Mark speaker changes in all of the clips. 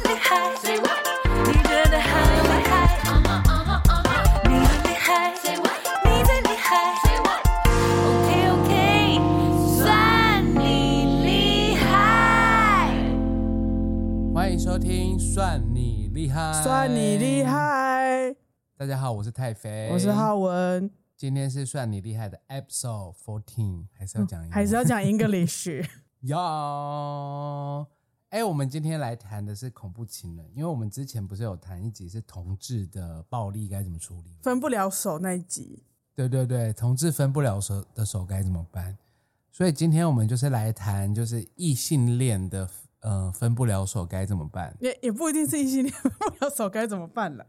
Speaker 1: Say what？你真的好厉害，你很厉害，Say what？你最厉害，Say what？OK OK，算你厉害。
Speaker 2: 欢迎收听，算你厉害，
Speaker 3: 算你厉。害，
Speaker 2: 大家好，我是太肥，
Speaker 3: 我是浩文，
Speaker 2: 今天是算你厉害的 episode fourteen，还是要讲一、
Speaker 3: 嗯还是要讲 English。
Speaker 2: 要。哎，我们今天来谈的是恐怖情人，因为我们之前不是有谈一集是同志的暴力该怎么处理吗？
Speaker 3: 分不了手那一集，
Speaker 2: 对对对，同志分不了手的手该怎么办？所以今天我们就是来谈，就是异性恋的呃分不了手该怎么办，
Speaker 3: 也也不一定是异性恋，分不了手该怎么办了？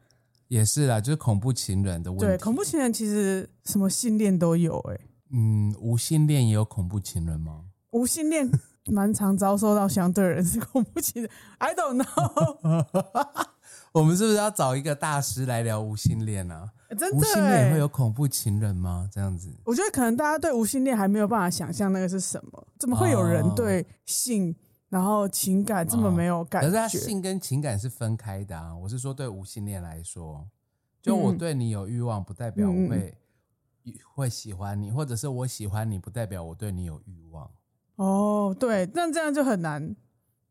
Speaker 2: 也是啦，就是恐怖情人的问题。
Speaker 3: 对，恐怖情人其实什么性恋都有、欸，哎，
Speaker 2: 嗯，无性恋也有恐怖情人吗？
Speaker 3: 无性恋蛮常遭受到相对人是恐怖情人，I don't know，
Speaker 2: 我们是不是要找一个大师来聊无性恋啊？
Speaker 3: 真
Speaker 2: 无
Speaker 3: 的、
Speaker 2: 性恋也会
Speaker 3: 欸
Speaker 2: 有。恐怖情人吗？这样子
Speaker 3: 我觉得可能大家对无性恋还没有办法想象那个是什么，怎么会有人
Speaker 2: 哦
Speaker 3: 对性、然后情感这么没有感
Speaker 2: 哦可是他
Speaker 3: 觉？
Speaker 2: 性跟情感是分开的啊。我是说，对无性恋来说，就我
Speaker 3: 嗯
Speaker 2: 对你有欲望，不代表
Speaker 3: 嗯嗯
Speaker 2: 我会、
Speaker 3: 嗯
Speaker 2: 会喜欢你，或者是我喜欢你，不代表我对你有欲望。
Speaker 3: 哦，对，但这样就很难。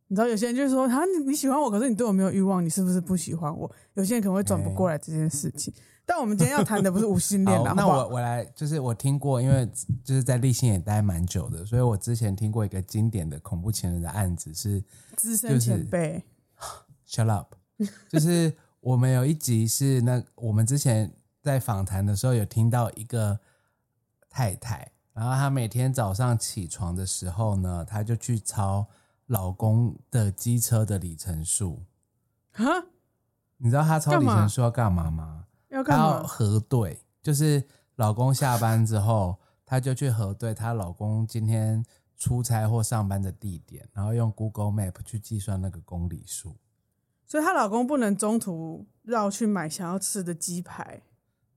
Speaker 3: 你知道，有些人就说：“啊，你你喜欢我，可是你对我没有欲望，你是不是不喜欢我？”有些人可能会转不过来这件事情。但我们今天要谈的不是无性恋
Speaker 2: 哎好
Speaker 3: 啦，，
Speaker 2: 那
Speaker 3: 好不好
Speaker 2: 我我来，就是我听过，因为就是在立信也待蛮久的，所以我之前听过一个经典的恐怖情人的案子是
Speaker 3: 资
Speaker 2: 就
Speaker 3: 深
Speaker 2: 是
Speaker 3: 前辈，
Speaker 2: Shut up，就是我们有一集是那我们之前在访谈的时候有听到一个太太，然后她每天早上起床的时候呢，她就去抄老公的机车的里程数。
Speaker 3: 啊，
Speaker 2: 你知道她抄
Speaker 3: 干
Speaker 2: 里
Speaker 3: 嘛
Speaker 2: 程数要干嘛吗？
Speaker 3: 要
Speaker 2: 她
Speaker 3: 干
Speaker 2: 要
Speaker 3: 嘛？
Speaker 2: 核对，就是老公下班之后，她就去核对她老公今天出差或上班的地点，然后用 Google Map 去计算那个公里数。
Speaker 3: 所以她老公不能中途绕去买想要吃的鸡排，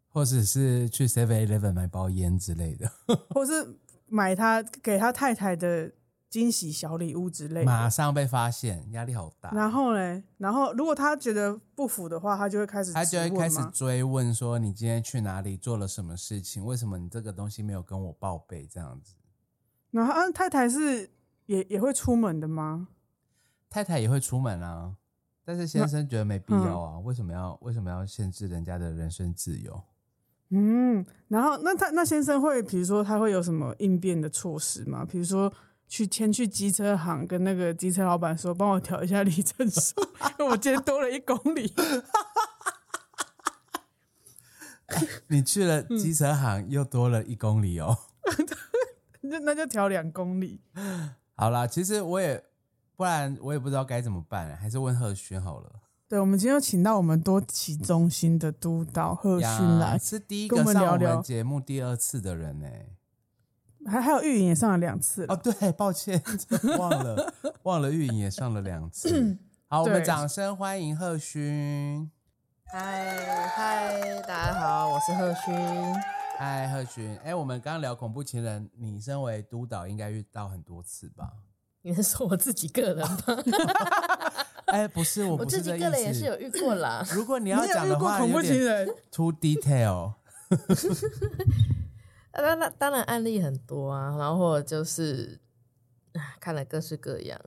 Speaker 2: 或者是去 Seven Eleven 买包烟之类的，
Speaker 3: 或是买他给他太太的惊喜小礼物之类
Speaker 2: 马
Speaker 3: 的。
Speaker 2: 上被发现，压力好大。
Speaker 3: 然后嘞，然后如果他觉得不服的话，他就会开始
Speaker 2: 他就会
Speaker 3: 质问
Speaker 2: 开始
Speaker 3: 嘛
Speaker 2: 追问说：“你今天去哪里，做了什么事情？为什么你这个东西没有跟我报备？”这样子，
Speaker 3: 然后啊，太太是也也会出门的吗？
Speaker 2: 太太也会出门啊，但是先生觉得没必
Speaker 3: 嗯
Speaker 2: 要啊，为什么要为什么要限制人家的人身自由？
Speaker 3: 嗯，然后那他那先生会，比如说他会有什么应变的措施吗？比如说去先去机车行跟那个机车老板说，帮我调一下里程数，因为我今天多了一公里。
Speaker 2: 你去了
Speaker 3: 嗯
Speaker 2: 机车行又多了一公里哦。
Speaker 3: 那那就调两公里。
Speaker 2: 好啦，其实我也不然我也不知道该怎么办，还是问贺轩好了。
Speaker 3: 对，我们今天又请到我们多奇中心的督导贺
Speaker 2: 呀
Speaker 3: 勋来，
Speaker 2: 是第一
Speaker 3: 跟
Speaker 2: 个
Speaker 3: 我们
Speaker 2: 上
Speaker 3: 聊
Speaker 2: 我们
Speaker 3: 聊
Speaker 2: 节目第二次的人呢、欸
Speaker 3: 还还有玉莹也上了两次了。
Speaker 2: 哦，对，抱歉， 忘了忘了，玉莹也上了两次。好，我们
Speaker 3: 对
Speaker 2: 掌声欢迎贺勋。
Speaker 4: 嗨嗨，大家好，我是贺 勋。
Speaker 2: 嗨，贺勋，哎，我们刚刚聊恐怖情人，你身为督导应该遇到很多次吧？
Speaker 4: 你是说我自己个人吗？
Speaker 2: 哎，不是，我
Speaker 4: 我
Speaker 2: 不
Speaker 4: 自
Speaker 2: 是
Speaker 4: 己
Speaker 2: 这
Speaker 4: 个
Speaker 2: 意
Speaker 4: 人也
Speaker 2: 思
Speaker 4: 是有遇过 啦。
Speaker 2: 如果你
Speaker 3: 你
Speaker 2: 要
Speaker 3: 有
Speaker 2: 讲
Speaker 3: 遇
Speaker 2: 的
Speaker 3: 过
Speaker 2: 话，
Speaker 3: 恐怖
Speaker 2: 有
Speaker 3: 情
Speaker 2: 点
Speaker 3: 人？
Speaker 2: too detail。
Speaker 4: 当然啊当然案例很多啊，然后或者就是唉看了各式各样，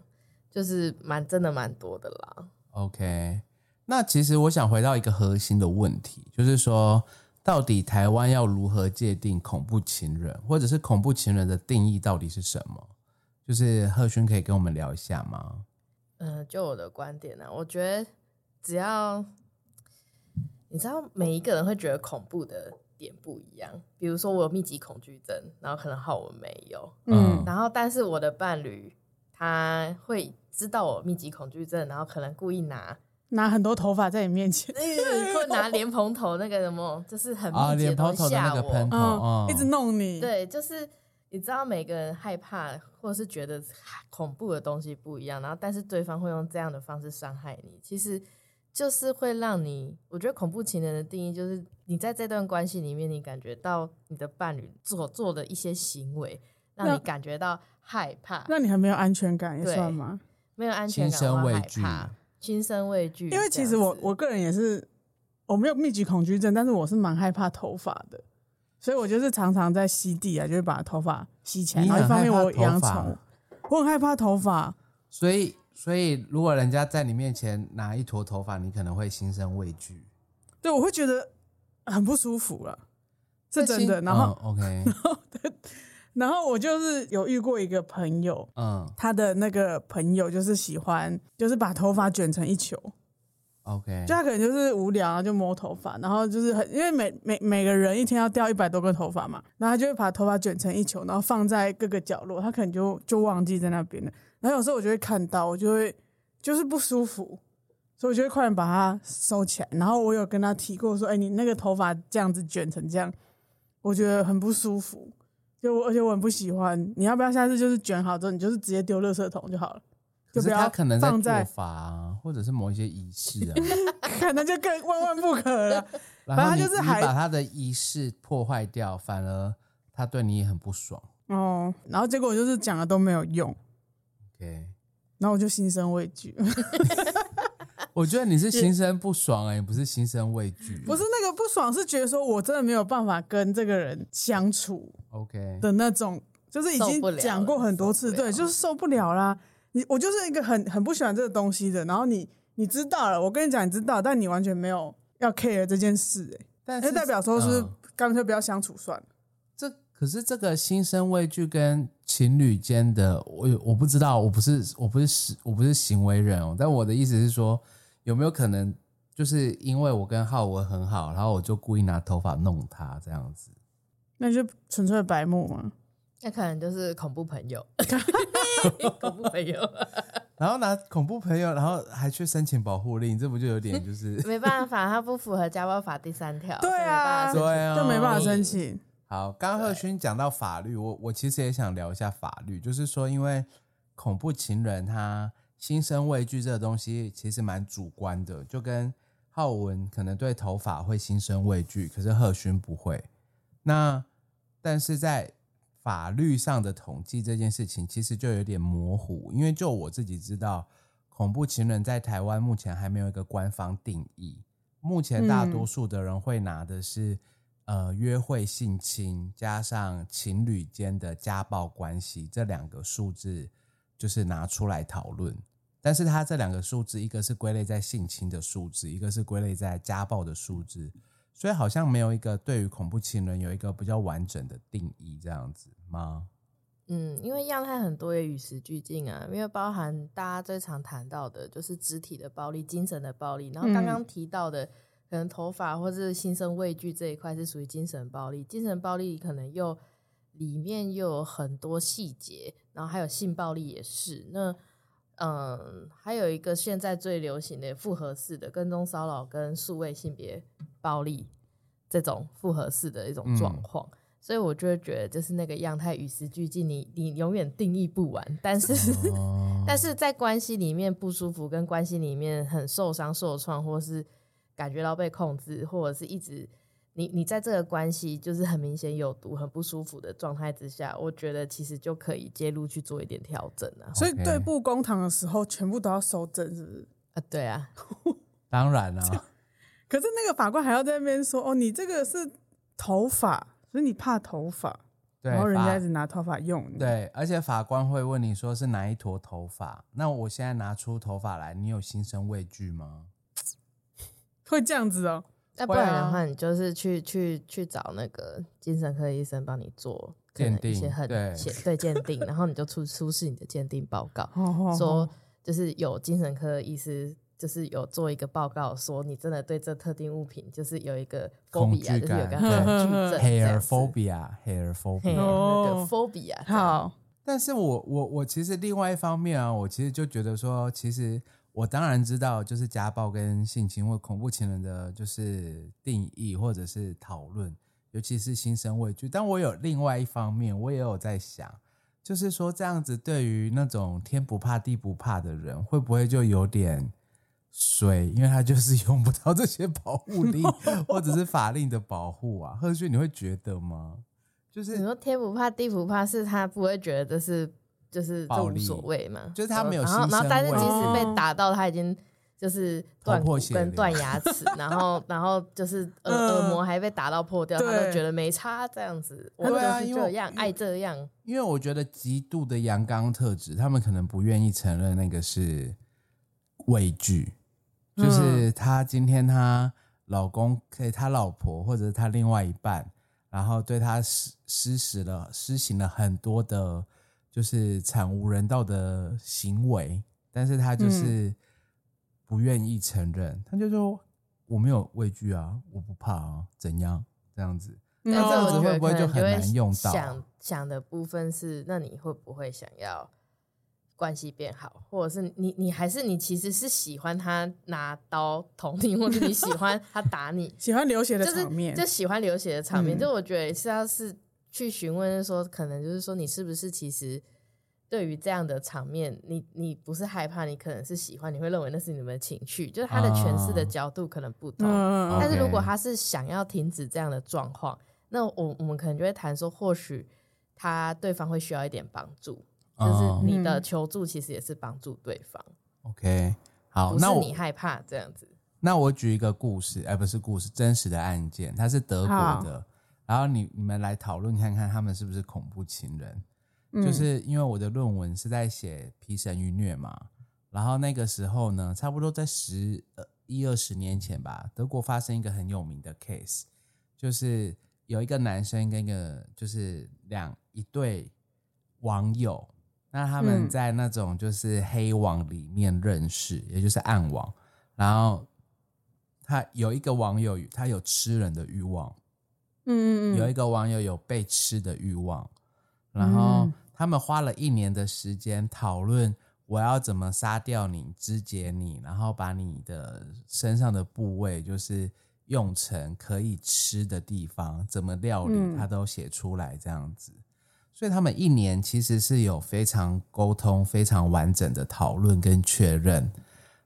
Speaker 4: 就是蛮真的蛮多的啦。
Speaker 2: OK，那其实我想回到一个核心的问题，就是说，到底台湾要如何界定恐怖情人，或者是恐怖情人的定义到底是什么？就是贺勋可以跟我们聊一下吗？
Speaker 4: 嗯、就我的观点呢、我觉得只要你知道，每一个人会觉得恐怖的点不一样。比如说我有密集恐惧症，然后可能浩文没有，
Speaker 3: 嗯，
Speaker 4: 然后，但是我的伴侣他会知道我密集恐惧症，然后可能故意拿，
Speaker 3: 拿很多头发在你面前，
Speaker 4: 呃 或拿莲蓬头那个什么，就是很
Speaker 2: 啊，
Speaker 4: 密集
Speaker 2: 脸
Speaker 4: 东
Speaker 2: 包
Speaker 4: 西
Speaker 2: 头的那
Speaker 4: 吓
Speaker 2: 个
Speaker 4: 我。
Speaker 2: 喷头，
Speaker 3: 嗯
Speaker 2: 嗯，，
Speaker 3: 一直弄你。，
Speaker 4: 对，就是你知道每个人害怕或是觉得恐怖的东西不一样，然后但是对方会用这样的方式伤害你，其实就是会让你，我觉得恐怖情人的定义就是你在这段关系里面，你感觉到你的伴侣做做的一些行为，让
Speaker 3: 那
Speaker 4: 你感觉到害怕。
Speaker 3: 让你很没有安全感也
Speaker 4: 对
Speaker 3: 算吗？
Speaker 4: 没有安全
Speaker 2: 心
Speaker 4: 感
Speaker 2: 生
Speaker 4: 或
Speaker 2: 畏
Speaker 4: 啊害
Speaker 2: 惧。
Speaker 4: 怕，心生畏惧。
Speaker 3: 因为其实我我个人也是，我没有密集恐惧症，但是我是蛮害怕头发的，所以我就是常常在吸地啊，就会把头发吸起来。
Speaker 2: 你
Speaker 3: 然后一
Speaker 2: 很
Speaker 3: 方
Speaker 2: 害
Speaker 3: 面
Speaker 2: 怕
Speaker 3: 我有
Speaker 2: 头
Speaker 3: 养
Speaker 2: 发啊
Speaker 3: 宠物，我很害怕头发，
Speaker 2: 所以所以如果人家在你面前拿一坨头发，你可能会心生畏惧，
Speaker 3: 对我会觉得很不舒服了，是真的。
Speaker 2: 心
Speaker 3: 然后、
Speaker 2: 嗯 OK，
Speaker 3: 然后我就是有遇过一个朋友，
Speaker 2: 嗯
Speaker 3: 他的那个朋友就是喜欢，就是把头发卷成一球，
Speaker 2: OK，
Speaker 3: 就他可能就是无聊，然啊后就摸头发，然后就是很，因为每每每个人一天要掉一百多根头发嘛，然后他就会把头发卷成一球，然后放在各个角落，他可能就就忘记在那边了。然后有时候我就会看到，我就会就是不舒服，所以我就会快点把它收起来。然后我有跟他提过说，哎、你那个头发这样子卷成这样，我觉得很不舒服，就我而且我很不喜欢。你要不要下次就是卷好之后，你就是直接丢垃圾桶就好了，
Speaker 2: 可
Speaker 3: 就是不要
Speaker 2: 他可能
Speaker 3: 放
Speaker 2: 做
Speaker 3: 在
Speaker 2: 法、啊，或者是某一些仪式 啊，
Speaker 3: 可能就更万万不可了。
Speaker 2: 然
Speaker 3: 反
Speaker 2: 后
Speaker 3: 正
Speaker 2: 你
Speaker 3: 就是
Speaker 2: 你
Speaker 3: 还
Speaker 2: 把他的仪式破坏掉，反而他对你也很不爽。
Speaker 3: 哦，然后结果就是讲了都没有用，
Speaker 2: OK，
Speaker 3: 然后我就心生畏惧。 啊
Speaker 2: 我觉得你是心生不爽哎、不是心生畏惧，
Speaker 3: 不是那个不爽，是觉得说我真的没有办法跟这个人相处
Speaker 2: OK，
Speaker 3: 的那种，就是已
Speaker 4: 受不
Speaker 3: 经
Speaker 4: 了
Speaker 3: 讲过很多次，
Speaker 4: 受不了
Speaker 3: 对，就是受不了啦。你我就是一个很很不喜欢这个东西的，然后你你知道了，我跟你讲你知道，但你完全没有要 care 这件事、欸，
Speaker 2: 但
Speaker 3: 哎，
Speaker 2: 是
Speaker 3: 那代表说是不是
Speaker 2: 嗯
Speaker 3: 干脆不要相处算了。
Speaker 2: 这可是这个心生畏惧跟情侣间的，我也我不知道，我不是我不是行我不是行为人哦，但我的意思是说，有没有可能就是因为我跟浩文很好，然后我就故意拿头发弄他这样子？
Speaker 3: 那你就纯粹的白目嘛，
Speaker 4: 那可能就是恐怖朋 友，恐怖朋友
Speaker 2: 然后拿恐怖朋友，然后还去申请保护令，这不就有点就是
Speaker 4: 没办法，他不符合家暴法第三条，
Speaker 3: 对
Speaker 4: 所以没
Speaker 3: 啊
Speaker 4: 办法
Speaker 2: 对啊，
Speaker 3: 就没办法生
Speaker 4: 申
Speaker 3: 气。
Speaker 2: 好，刚刚贺勋讲到法律，我我其实也想聊一下法律，就是说，因为恐怖情人他心生畏惧这个东西，其实蛮主观的，就跟浩文可能对头发会心生畏惧，可是贺勋不会。那但是在法律上的统计这件事情，其实就有点模糊，因为就我自己知道，恐怖情人在台湾目前还没有一个官方定义。目前大多数的人会拿的是、呃约会性侵加上情侣间的家暴关系这两个数字，就是拿出来讨论。但是它这两个数字，一个是归类在性侵的数字，一个是归类在家暴的数字，所以好像没有一个对于恐怖情人有一个比较完整的定义，这样子吗？
Speaker 4: 嗯，因为样态很多，也与时俱进啊。因为包含大家最常谈到的，就是肢体的暴力、精神的暴力，然后刚
Speaker 3: 嗯
Speaker 4: 刚提到的，可能头发或是心生畏惧这一块是属于精神暴力。精神暴力可能又里面又有很多细节，然后还有性暴力也是。那嗯，还有一个现在最流行的复合式的跟踪骚扰跟数位性别暴力这种复合式的一种状
Speaker 2: 嗯
Speaker 4: 况。所以我就会觉得，就是那个样态与时俱进，你你永远定义不完。但是，
Speaker 2: 哦
Speaker 4: 但是在关系里面不舒服，跟关系里面很受伤、受创，或是感觉到被控制，或者是一直你你在这个关系就是很明显有毒、很不舒服的状态之下，我觉得其实就可以介入去做一点调整啊。
Speaker 3: 所以
Speaker 2: OK
Speaker 3: 对簿公堂的时候，全部都要收证，是不是？
Speaker 4: 啊，对啊，
Speaker 2: 当然啊啦、
Speaker 3: 可是那个法官还要在那边说：“哦，你这个是头发，所以你怕头发，
Speaker 2: 对，
Speaker 3: 然后人家
Speaker 2: 法
Speaker 3: 一直拿头发用你。”，
Speaker 2: 对，而且法官会问你说是哪一坨头发，那我现在拿出头发来，你有心生畏惧吗？
Speaker 3: 会这样子哦。
Speaker 4: 那不
Speaker 2: 会
Speaker 4: 然的
Speaker 2: 啊
Speaker 4: 话，你就是去去去找那个精神科医生帮你做可能
Speaker 2: 鉴
Speaker 4: 一些
Speaker 2: 定
Speaker 4: 很
Speaker 2: 对
Speaker 4: 浅对鉴定，然后你就出出示你的鉴定报告，
Speaker 3: 哦
Speaker 2: 嗯
Speaker 3: 哦
Speaker 4: 说就是有精神科医师。就是有做一个报告，说你真的对这特定物品就是有一个
Speaker 2: 恐
Speaker 4: phobia，
Speaker 2: 惧
Speaker 4: 就是有个
Speaker 2: 感
Speaker 4: 恐惧
Speaker 3: 呃
Speaker 4: 症这样
Speaker 2: hair
Speaker 4: 子
Speaker 2: phobia hair
Speaker 4: 嘿
Speaker 2: phobia，、
Speaker 4: 那
Speaker 3: 哦
Speaker 4: 个 phobia 这样。
Speaker 3: 好，
Speaker 2: 但是我我我其实另外一方面啊，我其实就觉得说，其实我当然知道，就是家暴跟性侵或恐怖情人的，就是定义或者是讨论，尤其是心生畏惧。但我有另外一方面，我也有在想，就是说这样子对于那种天不怕地不怕的人，会不会就有点水？因为他就是用不到这些保护令或者是法令的保护啊。贺旭，你会觉得吗？就是
Speaker 4: 你说天不怕地不怕，是他不会觉得这是就是这
Speaker 2: 暴
Speaker 4: 无
Speaker 2: 力
Speaker 4: 所谓嘛？
Speaker 2: 就是他没有
Speaker 4: 然后
Speaker 2: 心
Speaker 4: 然后但是
Speaker 2: 生
Speaker 4: 即
Speaker 2: 畏
Speaker 4: 使
Speaker 3: 惧
Speaker 4: 被打到，他已经就是断
Speaker 2: 头破
Speaker 4: 骨
Speaker 2: 血
Speaker 4: 跟
Speaker 2: 流
Speaker 4: 断牙齿，然后然后就是耳
Speaker 3: 嗯
Speaker 4: 耳膜还被打到破掉，他
Speaker 3: 对，
Speaker 4: 都觉得没差这样子，我
Speaker 2: 对啊
Speaker 4: 就是
Speaker 2: 因为
Speaker 4: 这样
Speaker 2: 因为
Speaker 4: 爱这样，
Speaker 2: 因为我觉得极度的阳刚特质，他们可能不愿意承认那个是畏惧，
Speaker 4: 嗯
Speaker 2: 就是她今天她老公，可以她老婆或者是她另外一半，然后对她施施使了施行了很多的，就是惨无人道的行为，但是
Speaker 4: 嗯
Speaker 2: 她就是不愿意承认，她就说我没有畏惧啊，我不怕啊，怎样这样子，
Speaker 4: 但
Speaker 2: 这
Speaker 4: 是
Speaker 2: 样
Speaker 4: 哎
Speaker 2: 子
Speaker 4: 我觉
Speaker 2: 会
Speaker 4: 得
Speaker 2: 不会
Speaker 4: 可
Speaker 2: 就
Speaker 4: 能
Speaker 2: 很
Speaker 4: 会
Speaker 2: 难用到啊
Speaker 4: 想想的部分是，那你会不会想要关系变好，或者是你你还是你其实是喜欢他拿刀捅你，或者你喜 欢他打你
Speaker 3: 喜欢流血的
Speaker 4: 就是
Speaker 3: 场面，
Speaker 4: 就喜欢流血的场
Speaker 3: 嗯
Speaker 4: 面。就我觉得是要是去询问说，可能就是说你是不是其实。对于这样的场面，你你不是害怕，你可能是喜欢，你会认为那是你们的情绪，就是他的诠释的
Speaker 2: 啊
Speaker 4: 角度可能不同。
Speaker 3: 嗯
Speaker 2: 但
Speaker 4: 但是如果
Speaker 2: OK
Speaker 4: 他是想要停止这样的状况，那我我们可能就会谈说，或许他对方会需要一点帮助，
Speaker 2: 哦
Speaker 4: 就是你的
Speaker 3: 嗯
Speaker 4: 求助其实也是帮助对方，
Speaker 2: OK。好，
Speaker 4: 不
Speaker 2: 那
Speaker 4: 是
Speaker 2: 我
Speaker 4: 你害怕这样子。
Speaker 2: 那我举一个故事，哎，不是故事，真实的案件，它是德国的。然后你你们来讨论看看，他们是不是恐怖情人？
Speaker 4: 哦
Speaker 3: 嗯
Speaker 2: 就是因为我的论文是在写皮神与虐嘛，然后那个时候呢，差不多在十呃一二十年前吧，德国发生一个很有名的 case，就是有一个男生跟一个就是两一对网友，那他们
Speaker 3: 嗯
Speaker 2: 在那种就是黑网里面认识，也就是暗网，然后他有一个网友他有吃人的欲望，
Speaker 3: 嗯嗯嗯，
Speaker 2: 有一个网友有被吃的欲望，然后
Speaker 3: 嗯
Speaker 2: 他们花了一年的时间讨论我要怎么杀掉你、肢解你，然后把你的身上的部位就是用成可以吃的地方，怎么料理
Speaker 3: 嗯
Speaker 2: 他都写出来这样子。所以他们一年其实是有非常沟通、非常完整的讨论跟确认，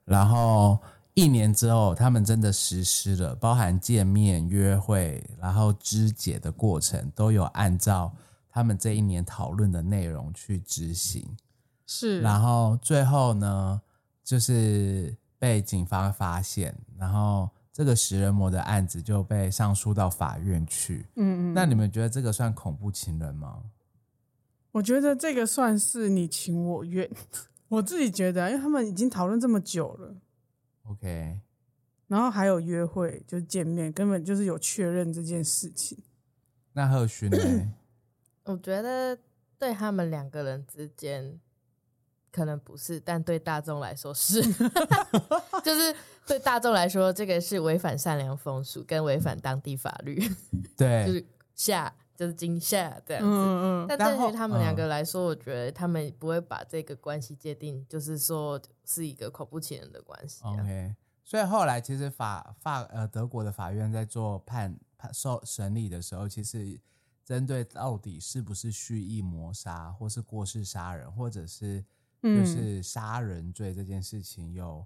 Speaker 2: 然后一年之后，他们真的实施了，包含见面、约会，然后肢解的过程，都有按照他们这一年讨论的内容去执行。
Speaker 3: 是，
Speaker 2: 然后最后呢，就是被警方发现，然后这个食人魔的案子就被上诉到法院去。
Speaker 3: 嗯嗯，
Speaker 2: 那你们觉得这个算恐怖情人吗？
Speaker 3: 我觉得这个算是你情我愿， 我自己觉得啊，因为他们已经讨论这么久了，
Speaker 2: OK，
Speaker 3: 然后还有约会，就是见面，根本就是有确认这件事情。
Speaker 2: 那贺勋 呢？
Speaker 4: 我觉得对他们两个人之间可能不是，但对大众来 说是，就是对大众来说，这个是违反善良风俗跟违反当地法律， 就
Speaker 2: 对，
Speaker 4: 是下就是惊吓这样子。
Speaker 3: 嗯嗯嗯，
Speaker 4: 但
Speaker 2: 然
Speaker 4: 对
Speaker 2: 后
Speaker 4: 于他们两
Speaker 2: 嗯
Speaker 4: 个来说，我觉得他们不会把这个关系界定，就是说是一个恐怖情人的关系、 啊。
Speaker 2: OK，所以后来其实法法呃德国的法院在做判判受审理的时候，其实针对到底是不是蓄意谋杀，或是过失杀人，或者是就
Speaker 3: 嗯
Speaker 2: 是杀人罪这件事情，有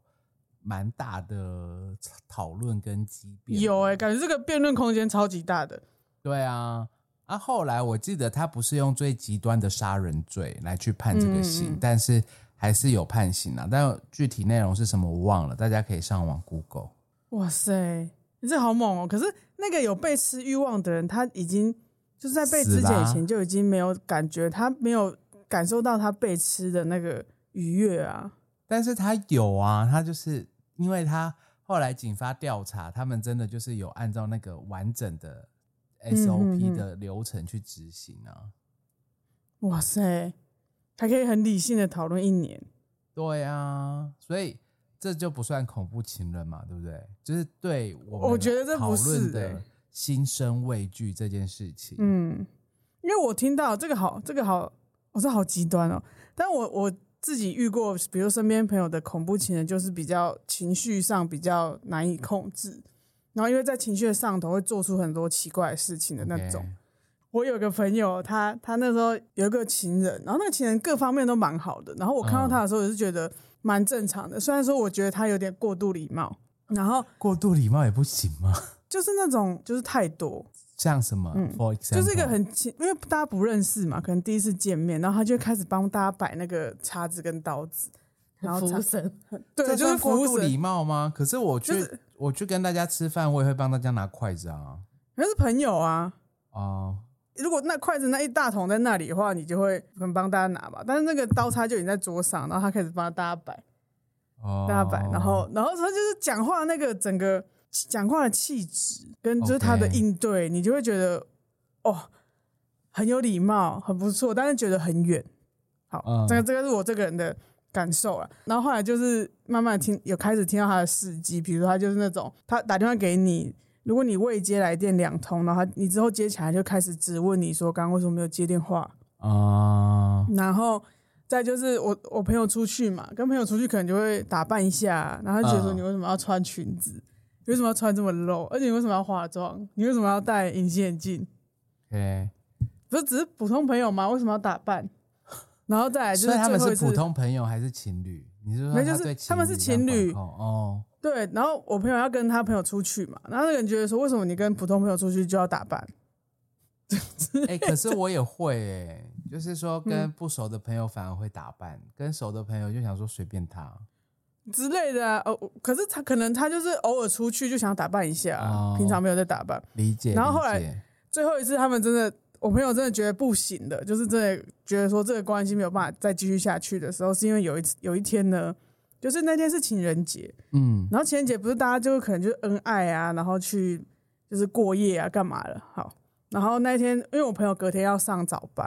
Speaker 2: 蛮大的讨论跟激辩。
Speaker 3: 有哎、
Speaker 2: 哎、
Speaker 3: 感觉这个辩论空间超级大的。
Speaker 2: 对啊。啊，后来我记得他不是用最极端的杀人罪来去判这个刑，
Speaker 3: 嗯嗯嗯
Speaker 2: 但是还是有判刑啊。但具体内容是什么我忘了，大家可以上网 Google。
Speaker 3: 哇塞，你这好猛哦！可是那个有被吃欲望的人，他已经就是在被
Speaker 2: 死
Speaker 3: 肢解
Speaker 2: 啦
Speaker 3: 以前就已经没有感觉，他没有感受到他被吃的那个愉悦啊。
Speaker 2: 但是他有啊，他就是因为他后来警方调查，他们真的就是有按照那个完整的
Speaker 3: 嗯
Speaker 2: SOP
Speaker 3: 嗯
Speaker 2: 的流程去执行啊。
Speaker 3: 哇塞，还可以很理性的讨论一年。
Speaker 2: 对啊，所以这就不算恐怖情人嘛，对不对？就是对我们
Speaker 3: 我觉得这
Speaker 2: 讨
Speaker 3: 不是
Speaker 2: 论的
Speaker 3: 欸
Speaker 2: 心生畏惧这件事情。
Speaker 3: 嗯，因为我听到这个好，这个好，我、哦、这好极端哦。但我我自己遇过，比如身边朋友的恐怖情人，就是比较情绪上比较难以控制，然后因为在情绪的上头会做出很多奇怪的事情的那种。我有个朋友，他他那时候有一个情人，然后那个情人各方面都蛮好的，然后我看到他的时候，我是觉得蛮正常的，虽然说我觉得他有点过度礼貌，然后
Speaker 2: 过度礼貌也不行吗？
Speaker 3: 就是那种就是太多，
Speaker 2: 像什么、
Speaker 3: 嗯
Speaker 2: f o r example，
Speaker 3: 就是一个很亲，因为大家不认识嘛，可能第一次见面，然后他就开始帮大家摆那个叉子跟刀子，然后
Speaker 4: 服务
Speaker 3: 才
Speaker 4: 生，
Speaker 3: 对，
Speaker 2: 这
Speaker 3: 就是
Speaker 2: 算
Speaker 3: 服
Speaker 2: 过
Speaker 3: 务
Speaker 2: 度
Speaker 3: 生
Speaker 2: 礼貌吗？可是我去、
Speaker 3: 就是
Speaker 2: 我去跟大家吃饭，我也会帮大家拿筷子啊。
Speaker 3: 可是朋友啊，
Speaker 2: 哦、
Speaker 3: 如果那筷子那一大桶在那里的话，你就会很帮大家拿吧。但是那个刀叉就已经在桌上，然后他开始帮大家摆，
Speaker 2: 哦，
Speaker 3: 大家摆，然后然后他就是讲话那个整个讲话的气质跟就是他的
Speaker 2: OK
Speaker 3: 应对你就会觉得哦很有礼貌，很不错，但是觉得很远。好，
Speaker 2: 嗯
Speaker 3: 这个这个是我这个人的感受了。然后后来就是慢慢听，有开始听到他的事迹，比如说他就是那种他打电话给你，如果你未接来电两通，然后他你之后接起来就开始质问你说刚刚为什么没有接电话，
Speaker 2: 啊、
Speaker 3: 然后再就是我我朋友出去嘛，跟朋友出去可能就会打扮一下，然后他就觉得说
Speaker 2: 嗯
Speaker 3: 你为什么要穿裙子？你为什么要穿这么露？而且你为什么要化妆？你为什么要戴隐形眼镜？
Speaker 2: 对，
Speaker 3: 不是只是普通朋友吗？为什么要打扮？然后再来就
Speaker 2: 所
Speaker 3: 是
Speaker 2: 以他们
Speaker 3: 最后
Speaker 2: 是
Speaker 3: 一次
Speaker 2: 普通朋友还是情侣？你是说
Speaker 3: 没有就是
Speaker 2: 对
Speaker 3: 他们是情
Speaker 2: 这
Speaker 3: 侣
Speaker 2: 样管控哦，
Speaker 3: 对，然后我朋友要跟他朋友出去嘛，然后那个人觉得说为什么你跟普通朋友出去就要打扮？
Speaker 2: 哎、可是我也会哎、就是说跟
Speaker 3: 嗯
Speaker 2: 不熟的朋友反而会打扮，跟熟的朋友就想说随便他
Speaker 3: 之类的啊，哦，可是他可能他就是偶尔出去就想打扮一下啊、
Speaker 2: 哦
Speaker 3: 平常没有在打扮。
Speaker 2: 理解。
Speaker 3: 然后后来
Speaker 2: 理解
Speaker 3: 最后一次，他们真的，我朋友真的觉得不行的，就是真的觉得说这个关系没有办法再继续下去的时候，是因为有一次有一天呢，就是那天是情人节，
Speaker 2: 嗯
Speaker 3: 然后情人节不是大家就可能就恩爱啊，然后去就是过夜啊，干嘛的？好，然后那一天因为我朋友隔天要上早班，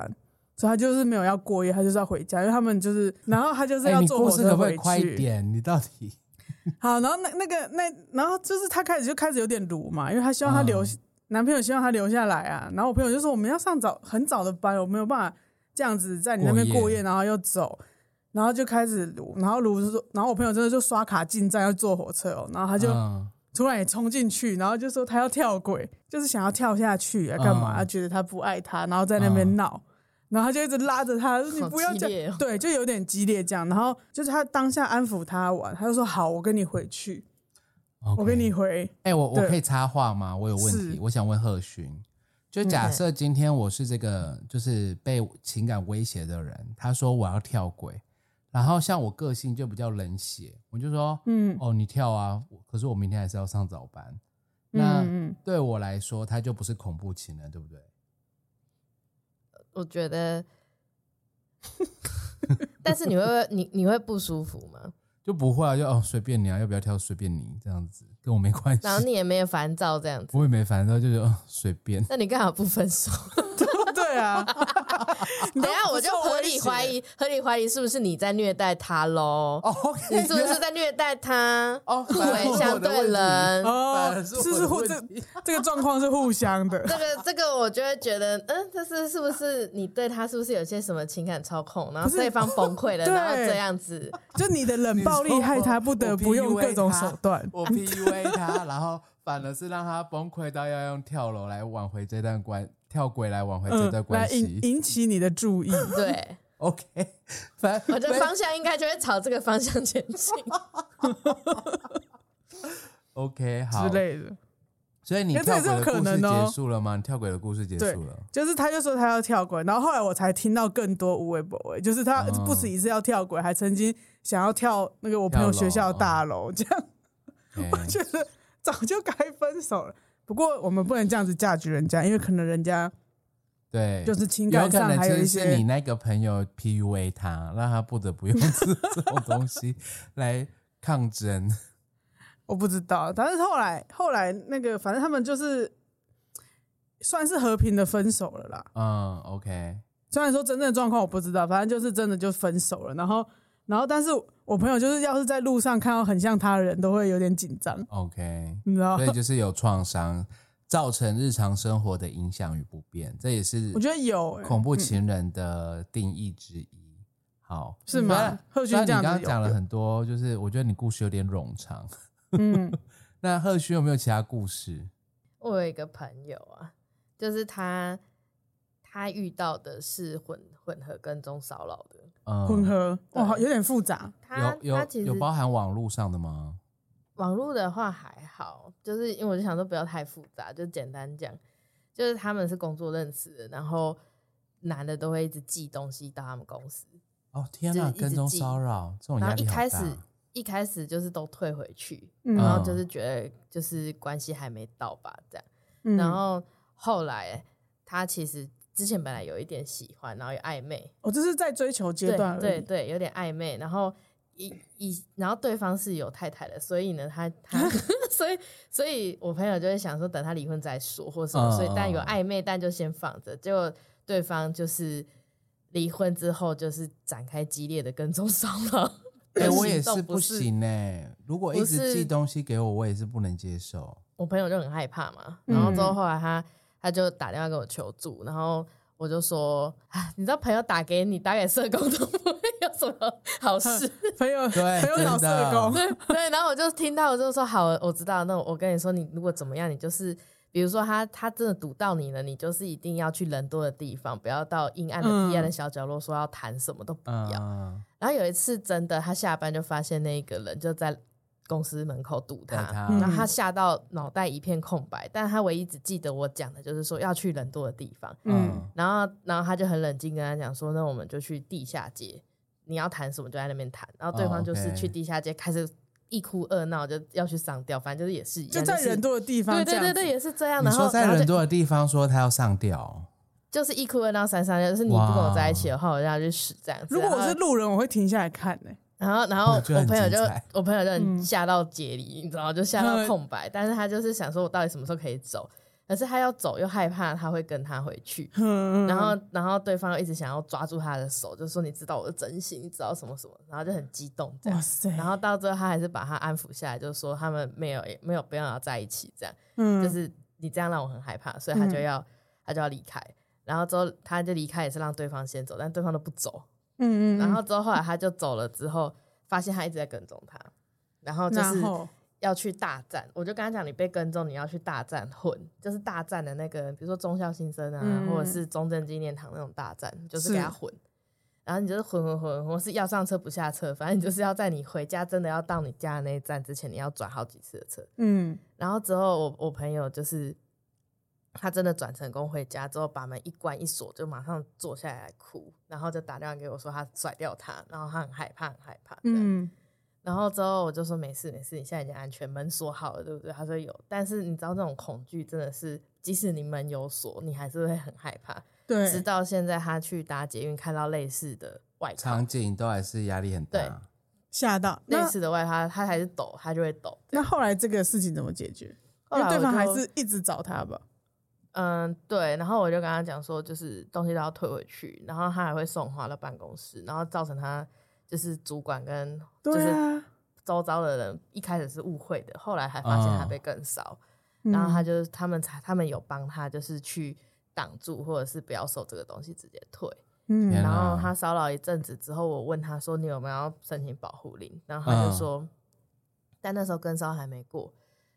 Speaker 3: 所以他就是没有要过夜，他就是要回家，因为他们就是，然后他就是
Speaker 2: 哎、
Speaker 3: 要
Speaker 2: 你
Speaker 3: 坐
Speaker 2: 故
Speaker 3: 火
Speaker 2: 事
Speaker 3: 车
Speaker 2: 可不可
Speaker 3: 回
Speaker 2: 以快一
Speaker 3: 去。
Speaker 2: 点？你到底
Speaker 3: 好，然后那那个那，然后就是他开始就开始有点鲁嘛，因为他希望他留、
Speaker 2: 嗯
Speaker 3: 男朋友希望他留下来啊，然后我朋友就说我们要上早很早的班，我没有办法这样子在你那边
Speaker 2: 过夜
Speaker 3: 过夜，然后又走，然后就开始撸，然后撸就说，然后我朋友真的就刷卡进站要坐火车哦，然后他就
Speaker 2: 嗯
Speaker 3: 突然也冲进去，然后就说他要跳轨，就是想要跳下去啊，干嘛？
Speaker 2: 嗯
Speaker 3: 他觉得他不爱他，然后在那边闹，然后他就一直拉着他，说你
Speaker 4: 嗯好
Speaker 3: 不要
Speaker 4: 激
Speaker 3: 这
Speaker 4: 烈
Speaker 3: 样
Speaker 4: 哦，
Speaker 3: 对，就有点激烈这样。然后就是他当下安抚他完，他就说好，我跟你回去，我
Speaker 2: OK
Speaker 3: 跟你回，
Speaker 2: 哎、我我
Speaker 3: 对
Speaker 2: 可以插话吗？我有问题
Speaker 3: 是，嗯
Speaker 2: 我想问贺勋。就假设今天我是这个，就是被情感威胁的人，他说我要跳轨，然后像我个性就比较冷血，我就说，
Speaker 3: 嗯
Speaker 2: 哦，你跳啊，我可是我明天还是要上早班。那、
Speaker 3: 嗯嗯，
Speaker 2: 对我来说，他就不是恐怖情人，对不对？
Speaker 4: 我觉 得。但是你会不会你你会不舒服吗？
Speaker 2: 就不会啊，就哦随便你啊，要不要跳随便你这样子，跟我没关系
Speaker 4: 然。后你也没有烦躁这样子，
Speaker 2: 我也没烦到，就是哦随便。
Speaker 4: 那你干嘛不分手？
Speaker 3: 对 啊，
Speaker 4: 等一下我就合理怀疑，合理怀疑是不是你在虐待他喽？
Speaker 2: 哦
Speaker 4: 你
Speaker 2: ，OK，
Speaker 4: 是不是在虐待他？
Speaker 2: 哦，
Speaker 4: 互
Speaker 2: 反 而是
Speaker 4: 为
Speaker 2: 我
Speaker 4: 相
Speaker 2: 的问
Speaker 4: 对
Speaker 2: 题
Speaker 4: 人，
Speaker 2: 反
Speaker 3: 哦，
Speaker 2: 而是
Speaker 3: 是
Speaker 2: 我的
Speaker 3: 是互
Speaker 2: 问
Speaker 3: 这
Speaker 2: 题
Speaker 3: 这个状况是互相的，
Speaker 4: 这个这个，我就会觉得，嗯，这是是不是你对他是不是有些什么情感操控，然
Speaker 3: 不
Speaker 4: 后
Speaker 3: 是
Speaker 4: 对方崩溃 了，
Speaker 3: 对
Speaker 4: 然后这 样子，
Speaker 3: 就你的冷暴力害他不得不用各种手段。
Speaker 2: 我 PUA 他，然后反而是让他崩溃到要用跳楼来挽回这段关，跳轨来挽回这段
Speaker 3: 嗯，来
Speaker 2: 关
Speaker 3: 引
Speaker 2: 系。
Speaker 3: 引起你的注意，
Speaker 4: 对
Speaker 2: OK，反
Speaker 4: 我觉得
Speaker 2: 没
Speaker 4: 方向应该就会朝这个方向前进。
Speaker 2: OK 好
Speaker 3: 之。类的。
Speaker 2: 所以你
Speaker 3: 因为这
Speaker 2: 跳
Speaker 3: 也
Speaker 2: 轨的
Speaker 3: 是有可
Speaker 2: 故事
Speaker 3: 能哦
Speaker 2: 结束了吗？你跳轨的故事结
Speaker 3: 对
Speaker 2: 束了。
Speaker 3: 就是他就说他要跳轨，然后后来我才听到更多无为不为，就是他
Speaker 2: 哦
Speaker 3: 不止一次要跳轨，还曾经想要跳那个我朋友学校的大楼，这样
Speaker 2: OK
Speaker 3: 觉得早就该分手了。不过我们不能这样子价值人家，因为可能人家
Speaker 2: 对，
Speaker 3: 就是情
Speaker 2: 有
Speaker 3: 感
Speaker 2: 可
Speaker 3: 上
Speaker 2: 能
Speaker 3: 还有一
Speaker 2: 其实是你
Speaker 3: 些，
Speaker 2: 那个朋友 PUA 他，让他不得不用这这种东西来抗争。
Speaker 3: 我不知道。但是后来后来那个，反正他们就是算是和平的分手了啦。
Speaker 2: 嗯，OK，
Speaker 3: 虽然说真正的状况我不知道，反正就是真的就分手了。然后，然后，但是我朋友就是要是在路上看到很像他的人，都会有点紧张，
Speaker 2: OK，
Speaker 3: 你知道
Speaker 2: 所？以就是有创伤，造成日常生活的影响与不便，这也是
Speaker 3: 我觉得有、欸，
Speaker 2: 恐怖情人的定义之一。好，
Speaker 3: 是
Speaker 2: 虽然
Speaker 3: 吗？贺
Speaker 2: 虽
Speaker 3: 勋
Speaker 2: 然
Speaker 3: 这
Speaker 2: 你
Speaker 3: 样
Speaker 2: 刚刚
Speaker 3: 子有
Speaker 2: 讲了很多，就是我觉得你故事有点冗长。
Speaker 3: 嗯，
Speaker 2: 那贺勋有没有其他故事？
Speaker 4: 我有一个朋友啊，就是他他遇到的是混混合跟踪骚扰的，
Speaker 2: 嗯，
Speaker 3: 混合
Speaker 4: 对
Speaker 3: 哇，有点复杂，
Speaker 4: 他
Speaker 2: 有
Speaker 4: 他
Speaker 2: 有
Speaker 4: 其实
Speaker 2: 有包含网络上的吗？
Speaker 4: 网络的话还好，就是因为我就想说不要太复杂，就简单讲，就是他们是工作认识的，然后男的都会一直寄东西到他们公司，
Speaker 2: 哦天
Speaker 4: 就是
Speaker 2: 哪，
Speaker 4: 一直
Speaker 2: 跟踪
Speaker 4: 记
Speaker 2: 骚扰这种哦
Speaker 4: 然
Speaker 2: 压
Speaker 4: 后一
Speaker 2: 力好
Speaker 4: 开始
Speaker 2: 大。
Speaker 4: 一开始就是都退回去，
Speaker 3: 嗯
Speaker 4: 然后就是觉得就是关系还没到吧这样，
Speaker 3: 嗯
Speaker 4: 然后后来他其实之前本来有一点喜欢，然后有暧昧，
Speaker 3: 我这是在追求阶
Speaker 4: 对
Speaker 3: 段而已
Speaker 4: 对对，有点暧昧，然后。一一，然后对方是有太太的，所以呢，他 他，所以所以我朋友就会想说，等他离婚再说或什么，所以但有
Speaker 2: 嗯嗯嗯
Speaker 4: 暧昧，但就先放着。结果对方就是离婚之后，就是展开激烈的跟踪 骚扰。
Speaker 2: 哎、我也
Speaker 4: 行动
Speaker 2: 是
Speaker 4: 不
Speaker 2: 不
Speaker 4: 是
Speaker 2: 行哎、如果一
Speaker 4: 不
Speaker 2: 直
Speaker 4: 是
Speaker 2: 寄东西给我，我也是不能接受。
Speaker 4: 我朋友就很害怕嘛，
Speaker 3: 嗯
Speaker 4: 然后之后后来他他就打电话跟我求助，然后我就说，啊，你知道朋友打给你打给社工都不会有什么 好事，
Speaker 3: 朋友
Speaker 2: 对
Speaker 3: 朋友找
Speaker 2: 真
Speaker 3: 社
Speaker 2: 的
Speaker 3: 工，
Speaker 4: 对对，然后我就听到我就说好，我知道，那我跟你说，你如果怎么样，你就是。比如说他他真的堵到你了，你就是一定要去人多的地方，不要到阴暗的
Speaker 3: 嗯
Speaker 4: 黑暗的小角落说要谈什么都不要。
Speaker 2: 嗯，
Speaker 4: 然后有一次真的，他下班就发现那个人就在公司门口堵
Speaker 2: 带他，
Speaker 3: 嗯
Speaker 4: 然后他吓到脑袋一片空白，但他唯一只记得我讲的就是说要去人多的地方，
Speaker 3: 嗯
Speaker 2: 嗯，
Speaker 4: 然后然后他就很冷静跟他讲说，那我们就去地下街，你要谈什么就在那边谈，然后对
Speaker 2: 哦
Speaker 4: 方就是
Speaker 2: ，OK
Speaker 4: 去地下街开始一哭二闹，就要去上吊，反正就是也是一
Speaker 3: 就
Speaker 4: 样，
Speaker 3: 在
Speaker 4: 是
Speaker 3: 人多的地方
Speaker 4: 对
Speaker 3: 这
Speaker 4: 对
Speaker 3: 样子，
Speaker 4: 对对也是这样，
Speaker 2: 你
Speaker 4: 然
Speaker 2: 说
Speaker 4: 后
Speaker 2: 在
Speaker 4: 然后
Speaker 2: 人
Speaker 4: 就
Speaker 2: 多的地方说他要上吊，
Speaker 4: 就是一哭二闹三上吊，就是你不跟我在一起的话，我就要去死这样子。
Speaker 3: 如果我
Speaker 4: 然
Speaker 3: 是
Speaker 4: 后
Speaker 3: 路人，我会停下来看欸呢、
Speaker 4: 然后，然 后
Speaker 2: 我觉得
Speaker 4: 我
Speaker 2: 很
Speaker 4: 朋友就
Speaker 2: 精彩
Speaker 4: 我朋友就很
Speaker 3: 嗯
Speaker 4: 吓到解离，你知道吗，就吓到空白。但是他就是想说，我到底什么时候可以走？可是他要走又害怕他会跟他回去，
Speaker 3: 嗯，
Speaker 4: 然后，然后对方又一直想要抓住他的手，就说你知道我的真心，你知道什么什么，然后就很激动这
Speaker 3: 哇
Speaker 4: 样。
Speaker 3: 塞，
Speaker 4: 然后到最后，他还是把他安抚下来，就说他们没有没有不要要在一起这样。
Speaker 3: 嗯，
Speaker 4: 就是你这样让我很害怕，所以他就
Speaker 3: 嗯
Speaker 4: 要、他就要离开。然后之后他就离开，也是让对方先走，但对方都不走。
Speaker 3: 嗯嗯，
Speaker 4: 然后之后后来他就走了之后，发现他一直在跟踪他，然后就是
Speaker 3: 然后
Speaker 4: 要去大战。我就跟他讲，你被跟踪，你要去大战混，就是大战的那个，比如说中校新生啊，
Speaker 3: 嗯
Speaker 4: 或者是中正纪念堂那种大战，就是
Speaker 3: 是
Speaker 4: 给他混。然后你就是混混混，或是要上车不下车，反正你就是要在你回家真的要到你家的那一站之前，你要转好几次的车。
Speaker 3: 嗯，
Speaker 4: 然后之后我我朋友就是他真的转成功回家之后，把门一关一锁，就马上坐下来哭，然后就打电话给我说他甩掉他，然后他很害怕，很害怕。嗯，
Speaker 3: 嗯，
Speaker 4: 然后之后我就说没事没事，你现在已经安全，门锁好了，对不对？他说有，但是你知道那种恐惧真的是，即使你门有锁，你还是会很害怕。
Speaker 3: 对，
Speaker 4: 直到现在他去搭捷运看到类似的外套
Speaker 2: 场，景都还是压力很
Speaker 4: 对
Speaker 2: 大。
Speaker 3: 吓到。
Speaker 4: 类
Speaker 3: 那
Speaker 4: 似的外套，他他还是抖，他就会抖。
Speaker 3: 那后来这个事情怎么解决？
Speaker 4: 后
Speaker 3: 因
Speaker 4: 来
Speaker 3: 为对方
Speaker 4: 我就
Speaker 3: 还是一直找他吧。
Speaker 4: 嗯，对，然后我就跟他讲说，就是东西都要退回去，然后他还会送花到办公室，然后造成他就是主管跟
Speaker 3: 对啊，
Speaker 4: 周遭的人一开始是误会的，后来还发现他
Speaker 2: 嗯
Speaker 4: 被更骚，
Speaker 3: 嗯
Speaker 4: 然后他就是他们才他们有帮他就是去挡住或者是不要收这个东西直接退，
Speaker 3: 嗯
Speaker 2: 天
Speaker 4: 然后
Speaker 2: 啊
Speaker 4: 他骚扰一阵子之后，我问他说你有没有要申请保护令，然后他就
Speaker 2: 嗯
Speaker 4: 说，但那时候跟骚还没过。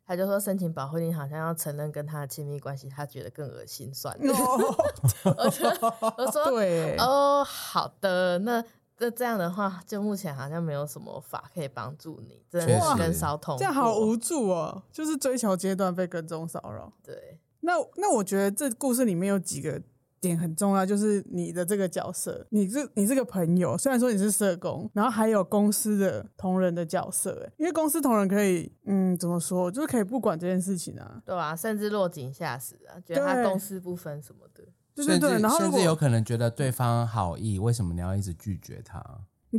Speaker 4: 他就说申请保护令好像要承认跟他的亲密关系，他觉得更恶心，算了。
Speaker 2: 啊
Speaker 3: 哦，
Speaker 4: 我说
Speaker 3: 对，
Speaker 4: 哦，好的，那那这样的话，就目前好像没有什么法可以帮助你，真的
Speaker 2: 确
Speaker 4: 是
Speaker 2: 实
Speaker 4: 跟骚通
Speaker 3: 这样好
Speaker 4: 过
Speaker 3: 无助哦，就是追求阶段被跟踪骚扰。
Speaker 4: 对，
Speaker 3: 那那我觉得这故事里面有几个点很重要，就是你的这个角色，你是你是个朋友，虽然说你是社工，然后还有公司的同仁的角色，欸因为公司同仁可以，嗯，怎么说，就是可以不管这件事情啊，
Speaker 4: 对啊，甚至落井下石啊，觉得他
Speaker 3: 对
Speaker 4: 公私不分什么的，
Speaker 3: 对对
Speaker 2: 甚至
Speaker 3: 对，然后如
Speaker 2: 甚至有
Speaker 3: 果
Speaker 2: 可能觉得对方好意，为什么你要一直拒绝他？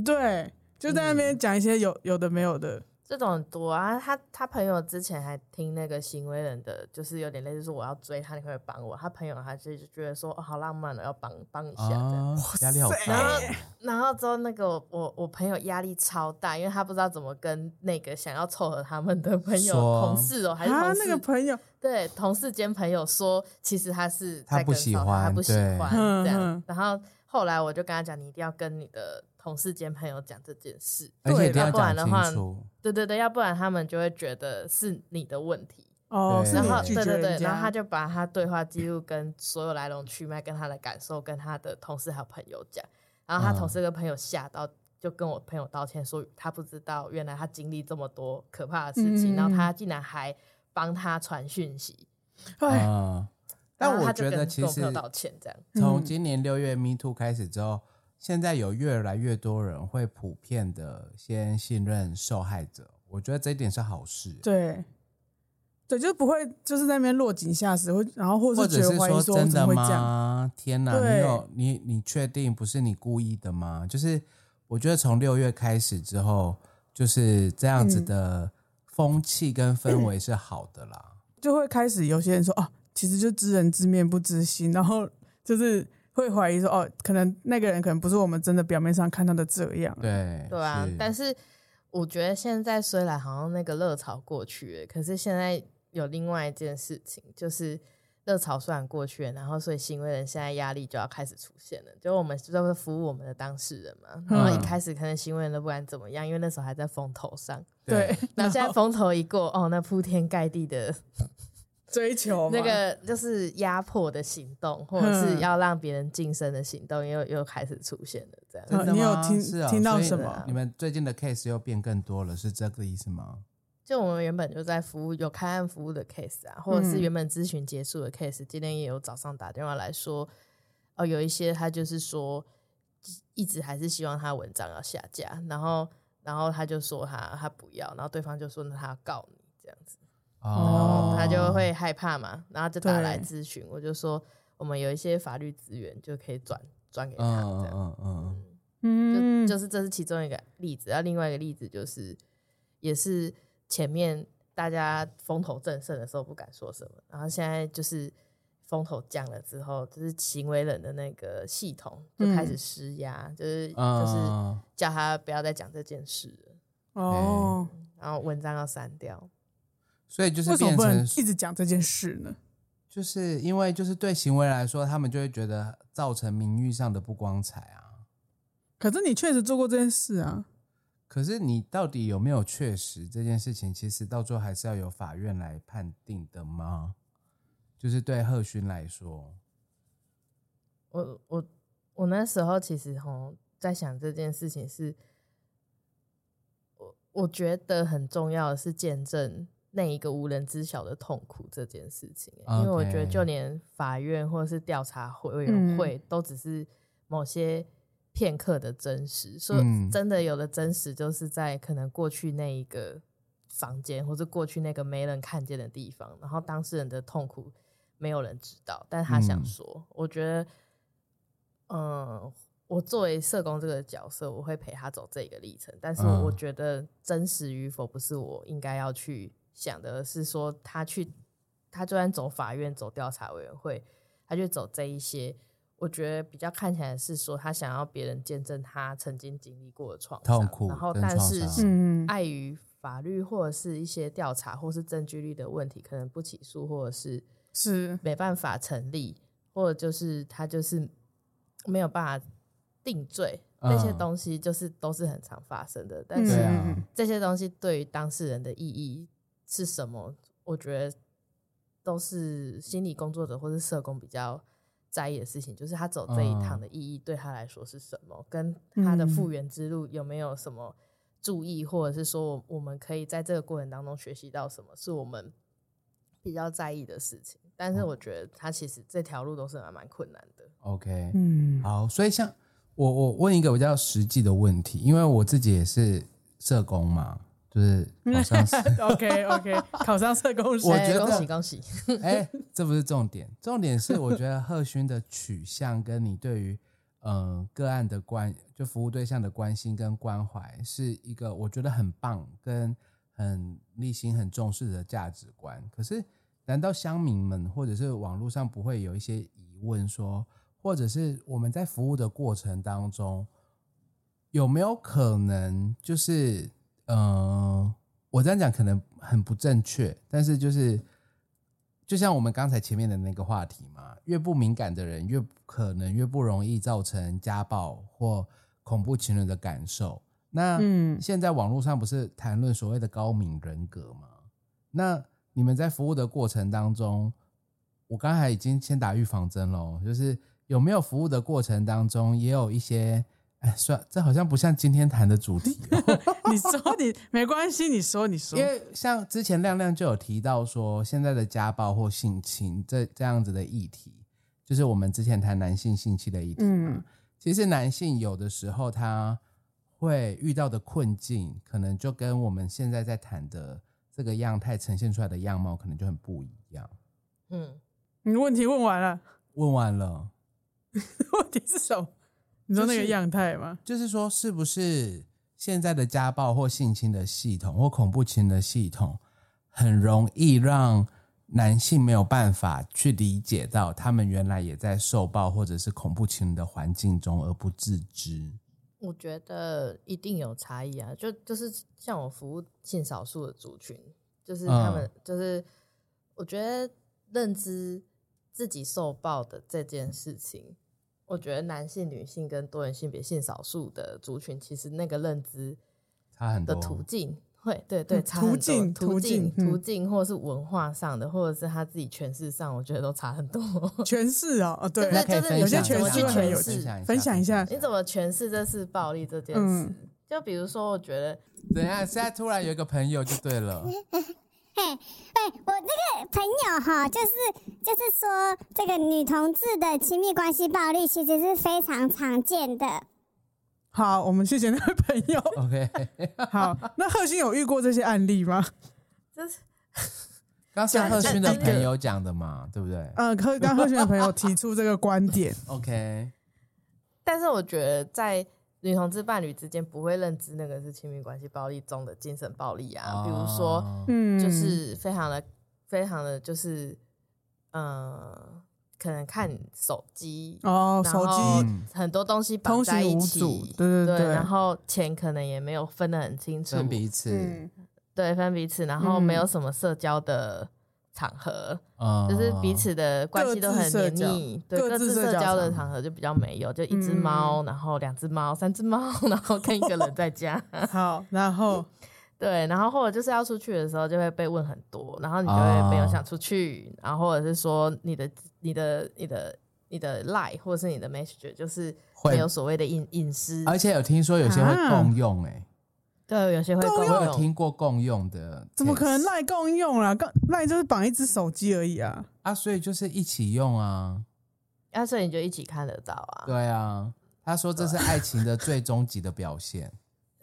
Speaker 3: 对，就在那
Speaker 2: 嗯
Speaker 3: 边讲一些有有的没有的，
Speaker 4: 这种很多啊。他他朋友之前还听那个行为人的，就是有点类似说我要追他，你会帮我。他朋友还是觉得说哦，好浪漫哦，要帮帮一下这样。
Speaker 2: 啊，压力好大哦。
Speaker 3: 啊
Speaker 4: 然后之后那个我我我朋友压力超大，因为他不知道怎么跟那个想要凑合他们的朋友
Speaker 2: 说
Speaker 4: 同事哦，还是
Speaker 3: 啊
Speaker 4: 同，事、
Speaker 3: 那个朋友，
Speaker 4: 对同事兼朋友说，其实他是
Speaker 2: 他
Speaker 4: 在
Speaker 2: 不
Speaker 4: 跟
Speaker 2: 喜
Speaker 4: 骚扰他
Speaker 2: 欢
Speaker 4: 不喜
Speaker 2: 对
Speaker 4: 欢
Speaker 3: 嗯
Speaker 4: 这样
Speaker 3: 嗯。
Speaker 4: 然后后来我就跟他讲，你一定要跟你的同事兼朋友讲这件事，
Speaker 2: 而且一定
Speaker 4: 要
Speaker 2: 要
Speaker 4: 不然
Speaker 2: 讲
Speaker 4: 的话
Speaker 2: 清，楚，
Speaker 4: 对对对，要不然他们就会觉得是你的问题。
Speaker 3: 哦，
Speaker 2: 对
Speaker 3: 是
Speaker 4: 然
Speaker 3: 你
Speaker 4: 后
Speaker 3: 拒
Speaker 4: 对
Speaker 3: 绝
Speaker 4: 对对
Speaker 3: 人，
Speaker 4: 然后他
Speaker 3: 家，
Speaker 4: 就把他对话记录跟所有来龙去脉、跟他的感受、跟他的同事还有朋友讲，然后他
Speaker 2: 嗯
Speaker 4: 同事跟朋友吓到，就跟我朋友道歉说他不知道原来他经历这么多可怕的事
Speaker 3: 嗯
Speaker 4: 情，然后他竟然还帮他传讯息，
Speaker 3: 哎，
Speaker 2: 嗯。
Speaker 4: 然
Speaker 2: 但
Speaker 4: 后
Speaker 2: 我
Speaker 4: 他就
Speaker 2: 觉
Speaker 4: 跟
Speaker 2: 得
Speaker 4: 跟
Speaker 2: 其
Speaker 4: 我朋
Speaker 2: 实
Speaker 3: 嗯
Speaker 4: 友道歉这样，
Speaker 2: 从今年六月 Me Too 开始之后，现在有越来越多人会普遍的先信任受害者，我觉得这一点是好事。欸
Speaker 3: 对，对，就是不会就是在那边落井下石，或然后或
Speaker 2: 或
Speaker 3: 是觉
Speaker 2: 者是
Speaker 3: 得怀疑
Speaker 2: 说
Speaker 3: 我
Speaker 2: 真
Speaker 3: 怎
Speaker 2: 的
Speaker 3: 么会这样？
Speaker 2: 吗？天哪，
Speaker 3: 对
Speaker 2: 你有你你确定不是你故意的吗？就是我觉得从六月开始之后，就是这样子
Speaker 3: 嗯
Speaker 2: 的风气跟 氛围是好的啦。
Speaker 3: 就会开始有些人说哦，其实就知人知面不知心，然后就是会怀疑说哦，可能那个人可能不是我们真的表面上看到的这样。
Speaker 2: 对
Speaker 4: 对啊，但是我觉得现在虽然好像那个热潮过去了，可是现在有另外一件事情，就是热潮虽然过去了，然后所以行为人现在压力就要开始出现了。就我们就是会服务我们的当事人嘛，然后一
Speaker 2: 嗯
Speaker 4: 开始可能行为人都不敢怎么样，因为那时候还在风头上。
Speaker 3: 对，
Speaker 4: 那现在风头一过，哦，那铺天盖地的
Speaker 3: 追求嘛
Speaker 4: 那个就是压迫的行动，或者是
Speaker 3: 嗯
Speaker 4: 要让别人晋升的行动，又又开始出现了这样。
Speaker 3: 嗯
Speaker 2: 真的
Speaker 3: 你有
Speaker 2: 吗
Speaker 3: 听
Speaker 2: 是哦
Speaker 3: 听到
Speaker 2: 所以
Speaker 3: 什
Speaker 4: 么
Speaker 2: 你们最近的 case 又变更多了，是这个意思吗？
Speaker 4: 就我们原本就在服务有开案服务的 case 啊，或者是
Speaker 3: 嗯
Speaker 4: 原本咨询结束的 case，、今天也有早上打电话来说，哦，有一些他就是说一直还是希望他文章要下架，然后然后他就说他他不要，然后对方就说那他要告你这样子，
Speaker 3: 哦
Speaker 4: 嗯他就会害怕嘛，然后就打来
Speaker 3: 对
Speaker 4: 咨询，我就说我们有一些法律资源就可以转转给他
Speaker 2: 嗯嗯
Speaker 4: 这样。
Speaker 2: 嗯嗯
Speaker 3: 嗯，
Speaker 4: 就就是这是其中一个例子，然后另外一个例子就是，也是前面大家风头正盛的时候不敢说什么，然后现在就是风头降了之后，就是行为人的那个系统就开始施压，就是
Speaker 2: 嗯，
Speaker 4: 就是叫他不要再讲这件事了，
Speaker 3: 哦，
Speaker 4: 然后文章要删掉。
Speaker 2: 所以哎就是
Speaker 3: 为什么
Speaker 2: 变
Speaker 3: 不能
Speaker 2: 成
Speaker 3: 一直讲这件事呢？
Speaker 2: 就是因为就是对行为来说，他们就会觉得造成名誉上的不光彩啊。
Speaker 3: 可是你确实做过这件事啊，
Speaker 2: 可是你到底有没有确实这件事情，其实到最后还是要由法院来判定的吗？就是对贺勋来说，
Speaker 4: 我我我那时候其实吼在想这件事情是，我我觉得很重要的是见证那一个无人知晓的痛苦这件事情欸、因为我觉得
Speaker 2: OK
Speaker 4: 就连法院或者是调查会委员
Speaker 3: 嗯
Speaker 4: 会都只是某些片刻的真实，所
Speaker 2: 嗯
Speaker 4: 以真的有的真实就是在可能过去那一个房间或者过去那个没人看见的地方，然后当事人的痛苦没有人知道，但他想
Speaker 2: 嗯
Speaker 4: 说，我觉得，嗯，我作为社工这个角色，我会陪他走这个历程，但是
Speaker 2: 嗯
Speaker 4: 我觉得真实与否不是我应该要去想的，而是说他去，他就算走法院、走调查委员会，他去走这一些。我觉得比较看起来是说，他想要别人见证他曾经经历过的创伤，
Speaker 2: 痛苦
Speaker 4: 然后
Speaker 2: 跟
Speaker 4: 但
Speaker 2: 创
Speaker 4: 是
Speaker 2: 伤
Speaker 3: 嗯，
Speaker 4: 碍于法律或者是一些调查或是证据力的问题，可能不起诉或者是
Speaker 3: 是，
Speaker 4: 没办法成立，或者就是他就是没有办法定罪，
Speaker 2: 嗯
Speaker 4: 这些东西就是都是很常发生的。但
Speaker 3: 嗯
Speaker 2: 对
Speaker 4: 是
Speaker 2: 啊
Speaker 3: 嗯
Speaker 4: 这些东西对于当事人的意义是什么？我觉得都是心理工作者或是社工比较在意的事情，就是他走这一
Speaker 2: 嗯
Speaker 4: 趟的意义对他来说是什么，跟他的复原之路有没有什么注意，或者是说我我们可以在这个过程当中学习到什么，是我们比较在意的事情。但
Speaker 2: 哦
Speaker 4: 是我觉得他其实这条路都是蛮蛮困难的。
Speaker 2: ，OK，
Speaker 3: 嗯，
Speaker 2: 好，所以像我我问一个比较实际的问题，因为我自己也是社工嘛，就是好像是
Speaker 3: OK OK，考上社工师
Speaker 2: 我，
Speaker 4: 哎
Speaker 2: 觉得
Speaker 4: 恭喜恭喜，
Speaker 2: 哎、这不是重点，重点是我觉得贺勋的取向跟你对于嗯、呃个案的关，就服务对象的关心跟关怀，是一个我觉得很棒跟很立心很重视的价值观。可是，难道乡民们或者是网络上不会有一些疑问说，或者是我们在服务的过程当中，有没有可能就是嗯、呃我这样讲可能很不正确，但是就是就像我们刚才前面的那个话题嘛，越不敏感的人，越可能越不容易造成家暴或恐怖情人的感受。那
Speaker 3: 嗯
Speaker 2: 现在网络上不是谈论所谓的高敏人格吗？那你们在服务的过程当中，我刚才已经先打预防针喽，就是有没有服务的过程当中也有一些，哎，算这好像不像今天谈的主题、哦。
Speaker 3: 你说你没关系，你说你说
Speaker 2: 因，为像之前亮亮就有提到说，现在的家暴或性侵这这样子的议题，就是我们之前谈男性性侵的议题嘛。
Speaker 3: 嗯
Speaker 2: 其实男性有的时候他会遇到的困境，可能就跟我们现在在谈的这个样态呈现出来的样貌，可能就很不一样。
Speaker 4: 嗯，
Speaker 3: 你问题问完了，
Speaker 2: 问完了，
Speaker 3: 问题是什么？你说那个样态吗？
Speaker 2: 就是说，是不是现在的家暴或性侵的系统或恐怖情的系统，很容易让男性没有办法去理解到，他们原来也在受暴或者是恐怖情的环境中而不自知？
Speaker 4: 我觉得一定有差异啊，就就是像我服务性少数的族群，就是他
Speaker 3: 嗯
Speaker 4: 们、就是我觉得认知自己受暴的这件事情，我觉得男性、女性跟多元性别性少数的族群，其实那个认知
Speaker 2: 差很
Speaker 4: 的
Speaker 2: 多。
Speaker 4: 途径会对对
Speaker 3: 哦嗯
Speaker 4: 差很多
Speaker 3: 途径
Speaker 4: 途
Speaker 3: 途径
Speaker 4: 径途
Speaker 3: 嗯
Speaker 4: 径，或者是文化上的，或者是他自己诠释上，我觉得都差很多。
Speaker 3: 诠释啊，哦，对
Speaker 4: 对，对
Speaker 2: 可以分
Speaker 4: 就是
Speaker 3: 有些
Speaker 2: 享
Speaker 3: 诠
Speaker 2: 一
Speaker 3: 释
Speaker 2: 下
Speaker 3: 会很有
Speaker 4: 怎么
Speaker 2: 分享
Speaker 3: 趣
Speaker 4: 去诠释
Speaker 2: 一下，
Speaker 3: 分享一下
Speaker 4: 你怎么诠释这次暴力这件事？
Speaker 3: 嗯
Speaker 4: 就比如说，我觉得
Speaker 2: 怎样？现在突然有一个朋友就对 了，
Speaker 5: 对我这个朋友哈，就是就是说，这个女同志的亲密关系暴力其实是非常常见的。
Speaker 3: 好，我们谢谢那位朋 友。
Speaker 2: OK，
Speaker 3: 好，那贺鑫有遇过这些案例吗？
Speaker 4: 就是
Speaker 2: 刚是贺勋的
Speaker 4: 讲这个哦
Speaker 2: 朋友讲的嘛，对不对
Speaker 3: 呃，贺刚贺鑫的朋友提出这个观点，
Speaker 2: ？OK，
Speaker 4: 但是我觉得在女同志伴侣之间不会认知那个是亲密关系暴力中的精神暴力啊，比如说
Speaker 2: 哦
Speaker 3: 嗯，
Speaker 4: 就是非常的非常的就是呃，可能看手机。
Speaker 3: 哦，手
Speaker 4: 然
Speaker 3: 机
Speaker 2: 嗯
Speaker 4: 后很多东西绑
Speaker 3: 通行
Speaker 4: 在一
Speaker 3: 无
Speaker 4: 起，
Speaker 3: 阻对对
Speaker 4: 对
Speaker 3: 对
Speaker 4: 然后钱可能也没有分得很清楚，
Speaker 2: 分彼此，
Speaker 3: 嗯
Speaker 4: 对分彼此，然后没有
Speaker 3: 嗯
Speaker 4: 什么社交的场合，
Speaker 2: 嗯
Speaker 4: 就是彼此的关系都很黏腻，
Speaker 3: 各自社交各
Speaker 4: 对各
Speaker 3: 自
Speaker 4: 自社
Speaker 3: 社
Speaker 4: 交
Speaker 3: 交
Speaker 4: 的场合嗯就比较没有，就一只猫，然后两只猫，三只猫，然后跟一个人在家，
Speaker 3: 嗯好，然 后
Speaker 4: 对，然后或者就是要出去的时候就会被问很多，然后你就会没有
Speaker 2: 哦
Speaker 4: 想出去，然后或者是说你的你的你的你的 lie 或者是你的 message 就是
Speaker 2: 会哎
Speaker 4: 没有所谓的隐隐私，
Speaker 2: 而且有听说有些会
Speaker 3: 啊
Speaker 2: 共用、欸，
Speaker 4: 对，有些会共
Speaker 2: 我有
Speaker 4: 用，
Speaker 2: 听过共用的 case，
Speaker 3: 怎么可能赖共用啦？共赖就是绑一只手机而已啊。
Speaker 2: 啊？所以就是一起用啊，
Speaker 4: 啊，所以你就一起看得到啊。
Speaker 2: 对啊。他说这是爱情的最终极的表现，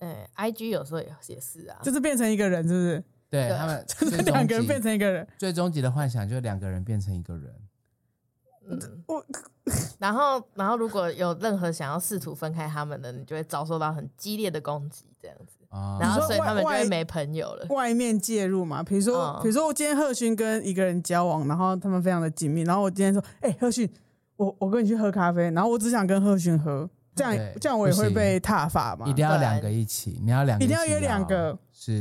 Speaker 4: 嗯，IG 有时候也也是啊，
Speaker 3: 就是变成一个人，是不是？
Speaker 2: 对
Speaker 4: 对
Speaker 2: 他们
Speaker 3: 就
Speaker 2: 最
Speaker 3: 是
Speaker 2: 终极
Speaker 3: 两个人变成一个人。
Speaker 2: 最终极的幻想就是两个人变成一个人，
Speaker 4: 嗯，
Speaker 3: 我
Speaker 4: 然后，然后如果有任何想要试图分开他们的，你就会遭受到很激烈的攻击，这样子。
Speaker 2: 啊，
Speaker 4: 然后，
Speaker 3: 说
Speaker 4: 所以
Speaker 3: 外
Speaker 4: 他们就会
Speaker 3: 外
Speaker 4: 没朋友了。
Speaker 3: 外面介入嘛，比如说
Speaker 4: 嗯，
Speaker 3: 比如说，我今天贺勋跟一个人交往，然后他们非常的紧密，然后我今天说，哎、贺勋，我我跟你去喝咖啡，然后我只想跟贺勋喝，这样
Speaker 2: 对
Speaker 3: 这样我也
Speaker 2: 不
Speaker 3: 会
Speaker 2: 行
Speaker 3: 被挞伐嘛
Speaker 2: 一。定要
Speaker 4: 对
Speaker 2: 两个一起，你要两个
Speaker 3: 一定要
Speaker 2: 起
Speaker 3: 约
Speaker 2: 聊
Speaker 3: 两个，
Speaker 2: 是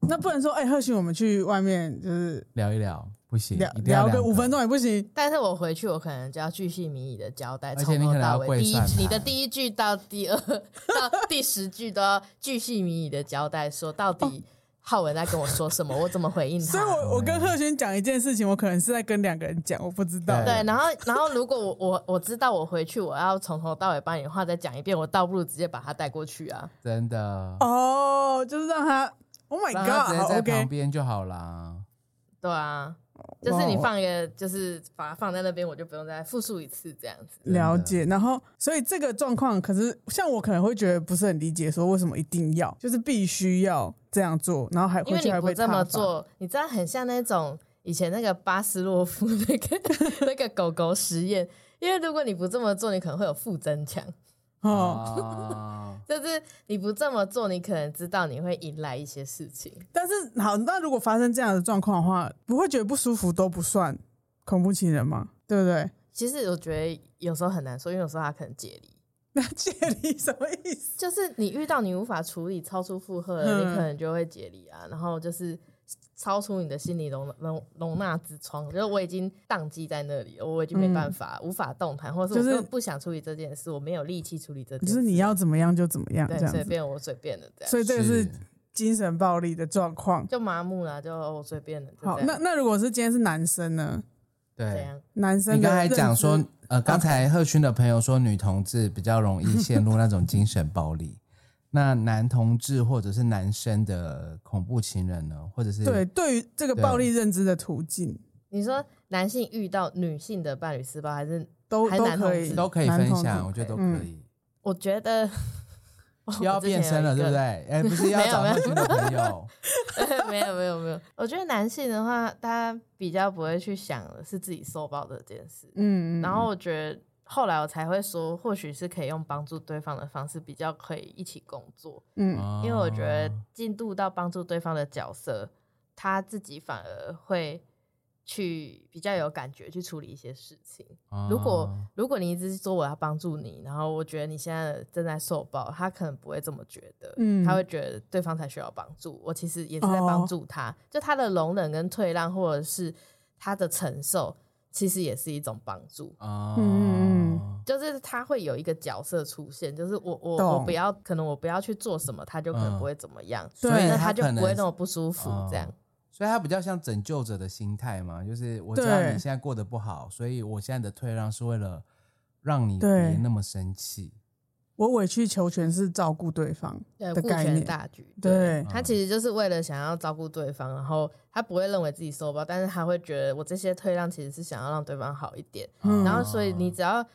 Speaker 4: 嗯，
Speaker 3: 那不能说，哎、贺勋，我们去外面就是
Speaker 2: 聊一聊，不行，
Speaker 3: 聊
Speaker 2: 一定要
Speaker 3: 聊
Speaker 2: 两
Speaker 3: 个五分钟也不行。
Speaker 4: 但是我回去，我可能就要据细靡遗的交代，
Speaker 2: 而且
Speaker 4: 从
Speaker 2: 你可
Speaker 4: 头
Speaker 2: 能
Speaker 4: 到
Speaker 2: 要
Speaker 4: 尾，
Speaker 2: 跪啊
Speaker 4: 第一
Speaker 2: 算盘
Speaker 4: 你的第一句到第二 到第十句都要据细靡遗的交代，说到底浩文在跟我说什么，我怎么回应
Speaker 3: 哦所以
Speaker 4: 他。
Speaker 3: 我我跟贺勋讲一件事情，我可能是在跟两个人讲，我不知道。
Speaker 2: 对
Speaker 4: 对，然后，然后，如果我我我知道我回去我要从头到尾把你的话再讲一遍，我倒不如直接把他带过去啊。
Speaker 2: 真的，
Speaker 3: 哦，就是让他，Oh my
Speaker 2: 让他直
Speaker 3: God，
Speaker 2: 接
Speaker 3: 好
Speaker 2: 在旁
Speaker 3: ，OK，
Speaker 2: 边就好啦。
Speaker 4: 对啊，就是
Speaker 3: 哇
Speaker 4: 你
Speaker 3: 哦我
Speaker 4: 放一个，就是把它放在那边，我就不用再复述一次这样子。
Speaker 3: 了解。然后，所以这个状况，可是像我可能会觉得不是很理解，说为什么一定要，就是必须要这样做，然后还
Speaker 4: 因
Speaker 3: 回
Speaker 4: 为
Speaker 3: 去
Speaker 4: 你
Speaker 3: 还
Speaker 4: 不
Speaker 3: 被
Speaker 4: 这
Speaker 3: 踏
Speaker 4: 么
Speaker 3: 伐。
Speaker 4: 做，你知道很像那种以前那个巴斯洛夫 那个那个狗狗实验。因为如果你不这么做，你可能会有负增强，
Speaker 3: 哦，
Speaker 2: 哦，
Speaker 4: 就是你不这么做，你可能知道你会迎来一些事情。
Speaker 3: 但是好，那如果发生这样的状况的话，不会觉得不舒服都不算恐怖情人吗？对不对？
Speaker 4: 其实我觉得有时候很难说，因为有时候他可能解离，
Speaker 3: 那借力什么意思？
Speaker 4: 就是你遇到你无法处理、超出负荷
Speaker 3: 嗯
Speaker 4: 的，你可能就会解离啊，然后就是超出你的心理容容容纳之窗，就是我已经宕机在那里了，我已经没办法、无法动弹，或者
Speaker 3: 嗯
Speaker 4: 是我
Speaker 3: 就是
Speaker 4: 根本不想处理这件事，我没有力气处理这件
Speaker 3: 就
Speaker 4: 事，
Speaker 3: 是你要怎么样就怎么样，这
Speaker 4: 对
Speaker 3: 样
Speaker 4: 随
Speaker 3: 子。
Speaker 4: 便我随便的这样，
Speaker 3: 所以这个是精神暴力的状况。
Speaker 4: 就麻木了，就哦我随便的。就这
Speaker 3: 好，
Speaker 4: 样
Speaker 3: 那那如果是今天是男生呢？
Speaker 4: 这
Speaker 2: 对。
Speaker 4: 样
Speaker 3: 男生
Speaker 2: 你
Speaker 3: 的
Speaker 2: 刚才
Speaker 3: 认
Speaker 2: 讲
Speaker 3: 知
Speaker 2: 说，呃，刚才贺勋的朋友说女同志比较容 易陷入那种精神暴力，那男同志或者是男生的恐怖情人呢，或者是
Speaker 3: 对，对于这个暴力认知的途径，
Speaker 4: 你说男性遇到女性的伴侣施暴，还是
Speaker 3: 都
Speaker 4: 还
Speaker 3: 都
Speaker 4: 男
Speaker 3: 可
Speaker 4: 同
Speaker 3: 以
Speaker 4: 志
Speaker 2: 都可以
Speaker 3: 男
Speaker 2: 分
Speaker 3: 同
Speaker 2: 享，
Speaker 3: 志
Speaker 2: 我觉得都
Speaker 3: 嗯
Speaker 2: 可 以。
Speaker 4: 我觉得
Speaker 2: 又要变身了，对不？对？哎，不是要
Speaker 4: 没有
Speaker 2: 找
Speaker 4: 没有
Speaker 2: 到新的朋友，
Speaker 4: 我之前有一个没有没有没有，我觉得男性的话，他比较不会去想的是自己受暴的这件事。
Speaker 3: 嗯，嗯
Speaker 4: 然后我觉得后来我才会说，或许是可以用帮助对方的方式，比较可以一起工作。
Speaker 3: 嗯
Speaker 4: 因为我觉得
Speaker 2: 哦
Speaker 4: 进度到帮助对方的角色，他自己反而会去比较有感觉去处理一些事情。如果
Speaker 2: 哦
Speaker 4: 如果你一直说我要帮助你，然后我觉得你现在正在受暴，他可能不会这么觉得，
Speaker 3: 嗯
Speaker 4: 他会觉得对方才需要帮助，我其实也是在帮
Speaker 3: 哦
Speaker 4: 助他，就他的容忍跟退让，或者是他的承受，其实也是一种帮助。
Speaker 2: 哦
Speaker 3: 嗯嗯
Speaker 4: 就是他会有一个角色出现，就是我我我
Speaker 3: 懂
Speaker 4: 不要，可能我不要去做什么，他就可能
Speaker 2: 嗯
Speaker 4: 不会怎么样，
Speaker 2: 所
Speaker 3: 对
Speaker 2: 以
Speaker 4: 那
Speaker 2: 他
Speaker 4: 就
Speaker 2: 可
Speaker 4: 不
Speaker 2: 能
Speaker 4: 会那么不舒服
Speaker 2: 哦
Speaker 4: 这样。
Speaker 2: 所以他比较像拯救者的心态嘛，就是我知道
Speaker 3: 对
Speaker 2: 你现在过得不好，所以我现在的退让是为了让你
Speaker 3: 对
Speaker 2: 别那么生气。
Speaker 3: 我委曲求全是照顾对方
Speaker 4: 呃，
Speaker 3: 的
Speaker 4: 顾
Speaker 3: 概
Speaker 4: 全
Speaker 3: 念，
Speaker 4: 大局，
Speaker 3: 对
Speaker 4: 他其实就是为了想要照顾对方，然后他不会认为自己受包，但是他会觉得我这些退让其实是想要让对方好一点，
Speaker 3: 嗯
Speaker 4: 然后所以你
Speaker 2: 哦
Speaker 4: 只要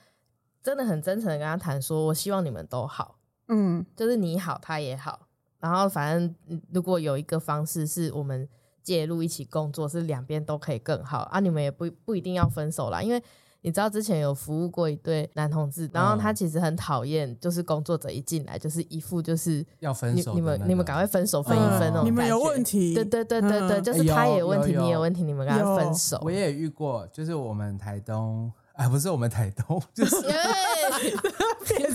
Speaker 4: 真的很真诚的跟他谈说，我希望你们都好，
Speaker 3: 嗯
Speaker 4: 就是你好，他也好。然后反正嗯如果有一个方式是我们介入一起工作，是两边都可以更好啊，你们也不不一定要分手啦，因为。你知道之前有服务过一对男同志，然后他其实很讨厌，就是工作者一进来就是一副就是
Speaker 2: 要分手的
Speaker 4: 你你们
Speaker 2: 那个
Speaker 4: 你们赶快分手分一
Speaker 2: 嗯
Speaker 4: 分那种感觉
Speaker 3: 你们有问题
Speaker 4: 对对对对对，
Speaker 3: 嗯
Speaker 4: 就是他
Speaker 2: 有
Speaker 4: 也有问题，
Speaker 2: 有
Speaker 4: 你也
Speaker 2: 有
Speaker 4: 有问题，你们赶快分手
Speaker 2: 我。也有遇过，就是我们台东啊，不是我们台东， 就是
Speaker 4: 因为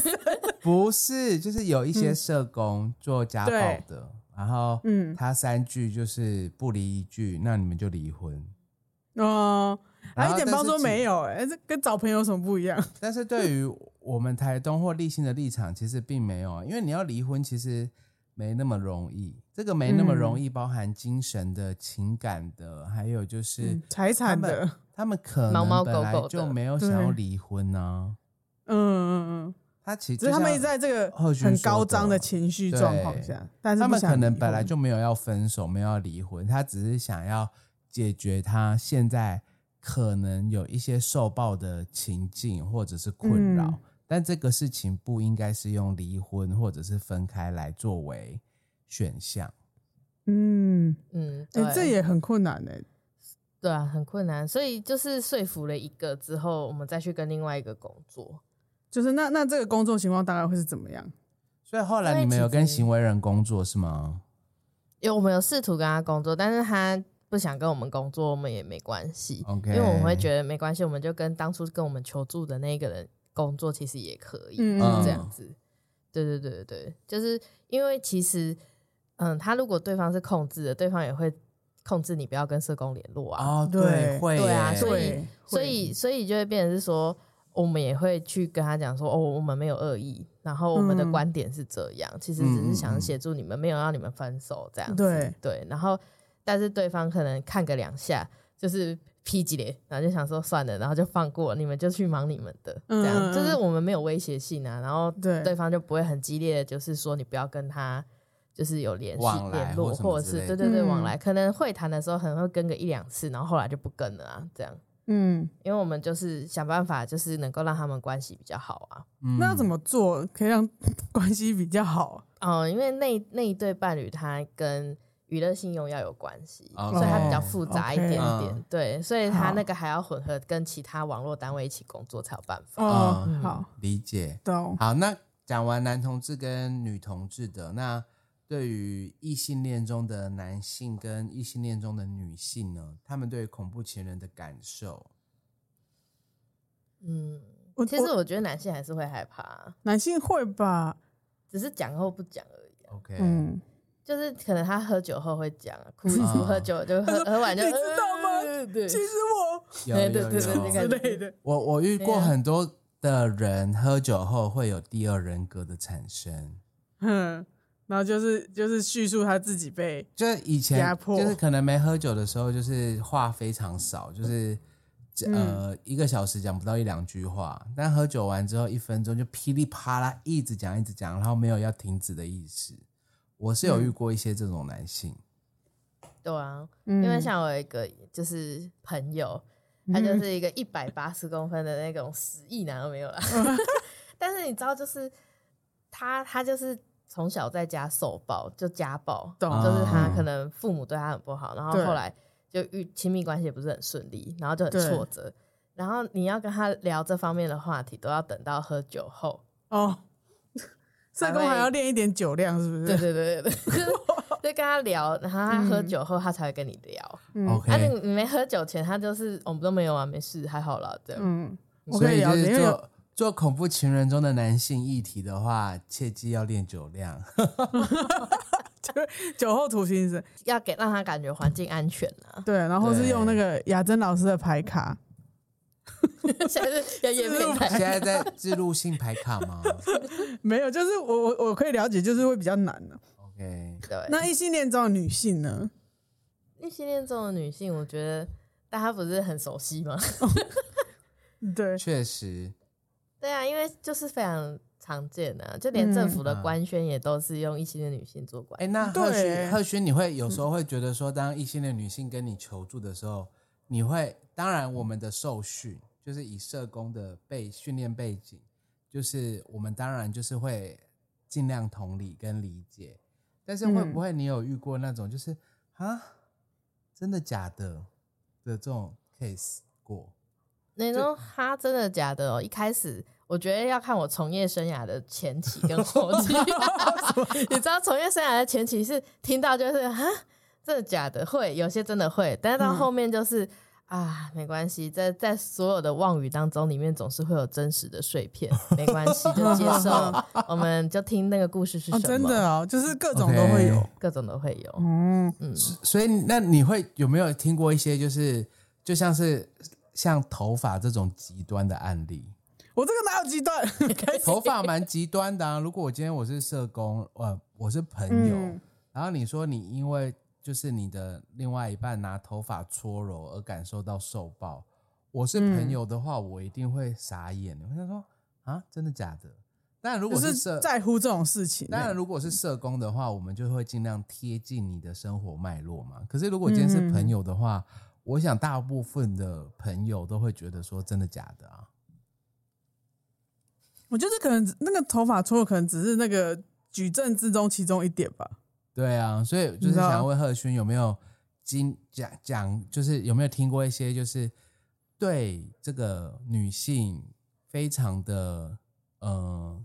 Speaker 2: 不是就是有一
Speaker 4: 嗯
Speaker 2: 些社工做家暴
Speaker 3: 对
Speaker 2: 的，然后
Speaker 3: 嗯
Speaker 2: 他三句就是不离一句，那你们就离
Speaker 4: 啊
Speaker 2: 婚。
Speaker 3: 哦，
Speaker 2: 然
Speaker 3: 啊，
Speaker 2: 后
Speaker 3: 一点
Speaker 2: 但
Speaker 3: 帮
Speaker 2: 是
Speaker 3: 助
Speaker 2: 其
Speaker 3: 没有，哎，这跟找朋友有什么不一样？
Speaker 2: 但是 对于我们台东或立信的立场，其实并没有啊，因为你要离婚，其实没那么容易。这个没那么
Speaker 4: 嗯
Speaker 2: 容易，包含精神的、情感的，还有就是
Speaker 3: 嗯财
Speaker 2: 他
Speaker 3: 产
Speaker 2: 们、
Speaker 3: 的，
Speaker 2: 他们可
Speaker 4: 猫猫
Speaker 2: 能本
Speaker 4: 狗
Speaker 2: 来
Speaker 4: 狗的
Speaker 2: 就没有想要
Speaker 3: 对
Speaker 2: 离婚啊呢、
Speaker 3: 嗯嗯嗯，
Speaker 2: 他其实
Speaker 3: 只是他们一
Speaker 2: 就
Speaker 3: 直
Speaker 2: 像
Speaker 3: 在这个
Speaker 2: 贺军
Speaker 3: 很
Speaker 2: 说
Speaker 3: 高
Speaker 2: 的
Speaker 3: 涨的情绪状况
Speaker 2: 对
Speaker 3: 下，但是
Speaker 2: 他
Speaker 3: 不
Speaker 2: 们
Speaker 3: 想
Speaker 2: 可能
Speaker 3: 离
Speaker 2: 本来
Speaker 3: 婚
Speaker 2: 就没有要分手，没有要离婚，他只是想要解决他现在可能有一些受暴的情境或者是困扰。
Speaker 3: 嗯
Speaker 2: 但这个事情不应该是用离婚或者是分开来作为选项。
Speaker 3: 嗯，
Speaker 4: 嗯，
Speaker 3: 哎
Speaker 4: 对，，
Speaker 3: 这也很困难哎，
Speaker 4: 对啊，很困难。所以就是说服了一个之后，我们再去跟另外一个工作。
Speaker 3: 就是那那这个工作情况大概会是怎么样？
Speaker 2: 所以后来
Speaker 4: 因为
Speaker 2: 你们
Speaker 4: 其
Speaker 2: 有跟
Speaker 4: 实
Speaker 2: 行为人工作是吗？
Speaker 4: 有我们有试图跟他工作，但是他不想跟我们工作，我们也没关系
Speaker 2: OK
Speaker 4: 因为我们会觉得没关系，我们就跟当初跟我们求助的那个人工作，其实也可以，
Speaker 3: 嗯
Speaker 4: 就是这
Speaker 2: 嗯
Speaker 4: 样子。对对对对对，就是因为其实，嗯，他如果对方是控制的，对方也会控制你不要跟社工联络啊。
Speaker 2: 哦，
Speaker 3: 对
Speaker 2: 会
Speaker 4: 对啊
Speaker 2: 耶
Speaker 4: 所以
Speaker 3: 会
Speaker 4: 所
Speaker 3: 会
Speaker 4: 以，所以就会变成是说，我们也会去跟他讲说，哦，我们没有恶意，然后我们的
Speaker 3: 嗯
Speaker 4: 观点是这样，其实
Speaker 2: 嗯
Speaker 4: 只
Speaker 2: 嗯
Speaker 4: 是想
Speaker 2: 嗯
Speaker 4: 协助你们，没有让你们分手这样子。
Speaker 3: 对
Speaker 4: 对，然后但是对方可能看个两下，就是劈几脸，然后就想说算了，然后就放过你们，就去忙你们的，这样、
Speaker 3: 嗯嗯嗯
Speaker 4: 就是我们没有威胁性啊，然后
Speaker 3: 对
Speaker 4: 对方就不会很激烈的，就是说你不要跟他。就是有联系
Speaker 2: 往来
Speaker 4: 联络，
Speaker 2: 或什么
Speaker 4: 或者
Speaker 2: 之类
Speaker 4: 是对
Speaker 2: 的
Speaker 4: 对
Speaker 3: 嗯
Speaker 4: 对往来，可能会谈的时候可能会跟个一两次，然后后来就不跟了啊，这样。
Speaker 3: 嗯，
Speaker 4: 因为我们就是想办法，就是能够让他们关系比较好啊。
Speaker 2: 嗯
Speaker 3: 那要怎么做可以让 关系比较好？啊
Speaker 4: 哦，因为那那一对伴侣他跟娱乐信用要有关系
Speaker 2: OK
Speaker 4: 所以他比较复杂一点
Speaker 2: 哦，OK
Speaker 4: 点。
Speaker 2: 嗯
Speaker 4: 对，所以
Speaker 3: 好
Speaker 4: 他那个还要混合跟其他网络单位一起工作才有办法。
Speaker 3: 哦，
Speaker 2: 嗯
Speaker 3: 好，
Speaker 2: 理解？
Speaker 3: 懂，
Speaker 2: 好，那讲完男同志跟女同志的，那对于异性恋中的男性跟异性恋中的女性呢，他们对于恐怖情人的感受，
Speaker 4: 嗯，
Speaker 3: 我
Speaker 4: 其实
Speaker 3: 我
Speaker 4: 我觉得男性还是会害怕，
Speaker 3: 男性会吧，
Speaker 4: 只是讲后不讲而已啊、
Speaker 2: OK，、
Speaker 3: 嗯，
Speaker 4: 就是可能他喝酒后会讲啊， 哭一哭，
Speaker 2: 嗯
Speaker 4: 喝酒就喝
Speaker 3: 说
Speaker 4: 喝完就
Speaker 3: 你知道吗
Speaker 4: 呃对
Speaker 3: 其实我
Speaker 2: 有
Speaker 4: 对
Speaker 2: 有
Speaker 4: 对对对那
Speaker 2: 有
Speaker 4: 个
Speaker 3: 之类的，
Speaker 2: 我我遇
Speaker 4: 对
Speaker 2: 过
Speaker 4: 啊
Speaker 2: 很多的人喝酒后会有第二人格的产生，
Speaker 3: 嗯，然后就是就是叙述他自己被，
Speaker 2: 就是以前
Speaker 3: 压迫
Speaker 2: 就是可能没喝酒的时候，就是话非常少，就是。
Speaker 3: 嗯
Speaker 2: 呃，一个小时讲不到一两句话，但喝酒完之后一分钟就噼里啪啦一直讲一直讲，然后没有要停止的意思。我是有遇
Speaker 3: 嗯
Speaker 2: 过一些这种男性，
Speaker 4: 对啊，
Speaker 3: 因嗯
Speaker 4: 因为像我有一个就是朋友，他就是一个一百八十公分的那种十亿男都没 有啦。但是你知道，就是他，他就是从小在家受暴，就家暴，
Speaker 3: 懂
Speaker 4: 就是他
Speaker 2: 哦
Speaker 4: 可能父母对他很不好，然后
Speaker 3: 对
Speaker 4: 后来就遇亲密关系也不是很顺利，然后就很
Speaker 3: 对
Speaker 4: 挫折。然后你要跟他聊这方面的话题，都要等到喝酒后。
Speaker 3: 哦， 社工还要练一点酒量，是不
Speaker 4: 对
Speaker 3: 是？
Speaker 4: 对对对对，
Speaker 3: 哦
Speaker 4: 就跟他聊，然后他喝酒后，他才会跟你聊。
Speaker 3: 嗯
Speaker 2: OK，、
Speaker 4: 但是你没喝酒前，他就是我们都没有啊，没事，还好啦，这样。
Speaker 3: 嗯，我
Speaker 2: 所
Speaker 3: 可
Speaker 2: 以就
Speaker 3: 了解，
Speaker 2: 是
Speaker 3: 因为有
Speaker 2: 做做恐怖情人中的男性议题的话，切记要练酒量。
Speaker 3: 酒后吐心声。
Speaker 4: 要给让他感觉环境安全啊。
Speaker 3: 对，然后是
Speaker 2: 对
Speaker 3: 用那个雅珍老师的牌卡，
Speaker 4: 现在是要演变
Speaker 2: 现
Speaker 4: 态，
Speaker 2: 在在自录性牌卡吗
Speaker 3: 没有，就是我我我可以了解，就是会比较难呢、
Speaker 2: ？OK，
Speaker 4: 对。
Speaker 3: 那异性恋中的女性呢？
Speaker 4: 异性恋中的女性，我觉得大家不是很熟悉吗？
Speaker 3: 对，
Speaker 2: 确实，
Speaker 4: 对啊，因为就是非常常见的、啊，就连政府的官宣也都是用异性恋女性做官
Speaker 2: 哎、。那
Speaker 3: 对
Speaker 2: 贺勋，
Speaker 3: 欸
Speaker 2: 贺勋，你会有时候会觉得说，当异性的女性跟你求助的时候，你会，当然我们的受训就是以社工的背训练背景，就是我们当然就是会尽量同理跟理解，但是
Speaker 3: 嗯
Speaker 2: 会不会你有遇过那种就是啊、真的假的的这种 case 过？
Speaker 4: 那种哈真的假的哦？一开始我觉得要看我从业生涯的前期跟后 期。 你知道从业生涯的前期是听到就是哈真的假的会，有些真的会，但
Speaker 3: 嗯
Speaker 4: 是到后面就是。啊，没关系，在在所有的妄语当中，里面总是会有真实的碎片，没关系，就接 受，我们就听那个故事是什
Speaker 3: 哦，
Speaker 4: 么，
Speaker 3: 真的哦，就是各种都会有。
Speaker 2: OK
Speaker 4: 各种都会有。
Speaker 3: 嗯，
Speaker 2: 所以那你会有没有听过一些就是就像是像头发这种极端的案例？
Speaker 3: 我这个哪有 极端？开 始
Speaker 2: 头发蛮极端的啊！如果我今天我是社工，呃，我是朋友，
Speaker 3: 嗯
Speaker 2: 然后你说你因为就是你的另外一半拿头发搓揉而感受到受暴，我是朋友的话，我一定会傻眼，我想说啊，真的假的？但如果
Speaker 3: 就
Speaker 2: 是
Speaker 3: 是
Speaker 2: 社，
Speaker 3: 在乎这种事情。欸
Speaker 2: 当然如果是社工的话，我们就会尽量贴近你的生活脉络嘛。可是如果今天
Speaker 3: 嗯
Speaker 2: 是朋友的话，我想大部分的朋友都会觉得说真的假的啊。
Speaker 3: 我觉得可能那个头发搓，可能只是那个举证之中其中一点吧。
Speaker 2: 对啊，所以就是想要问贺勋有没有经讲讲，就是有没有听过一些就是对这个女性非常的呃，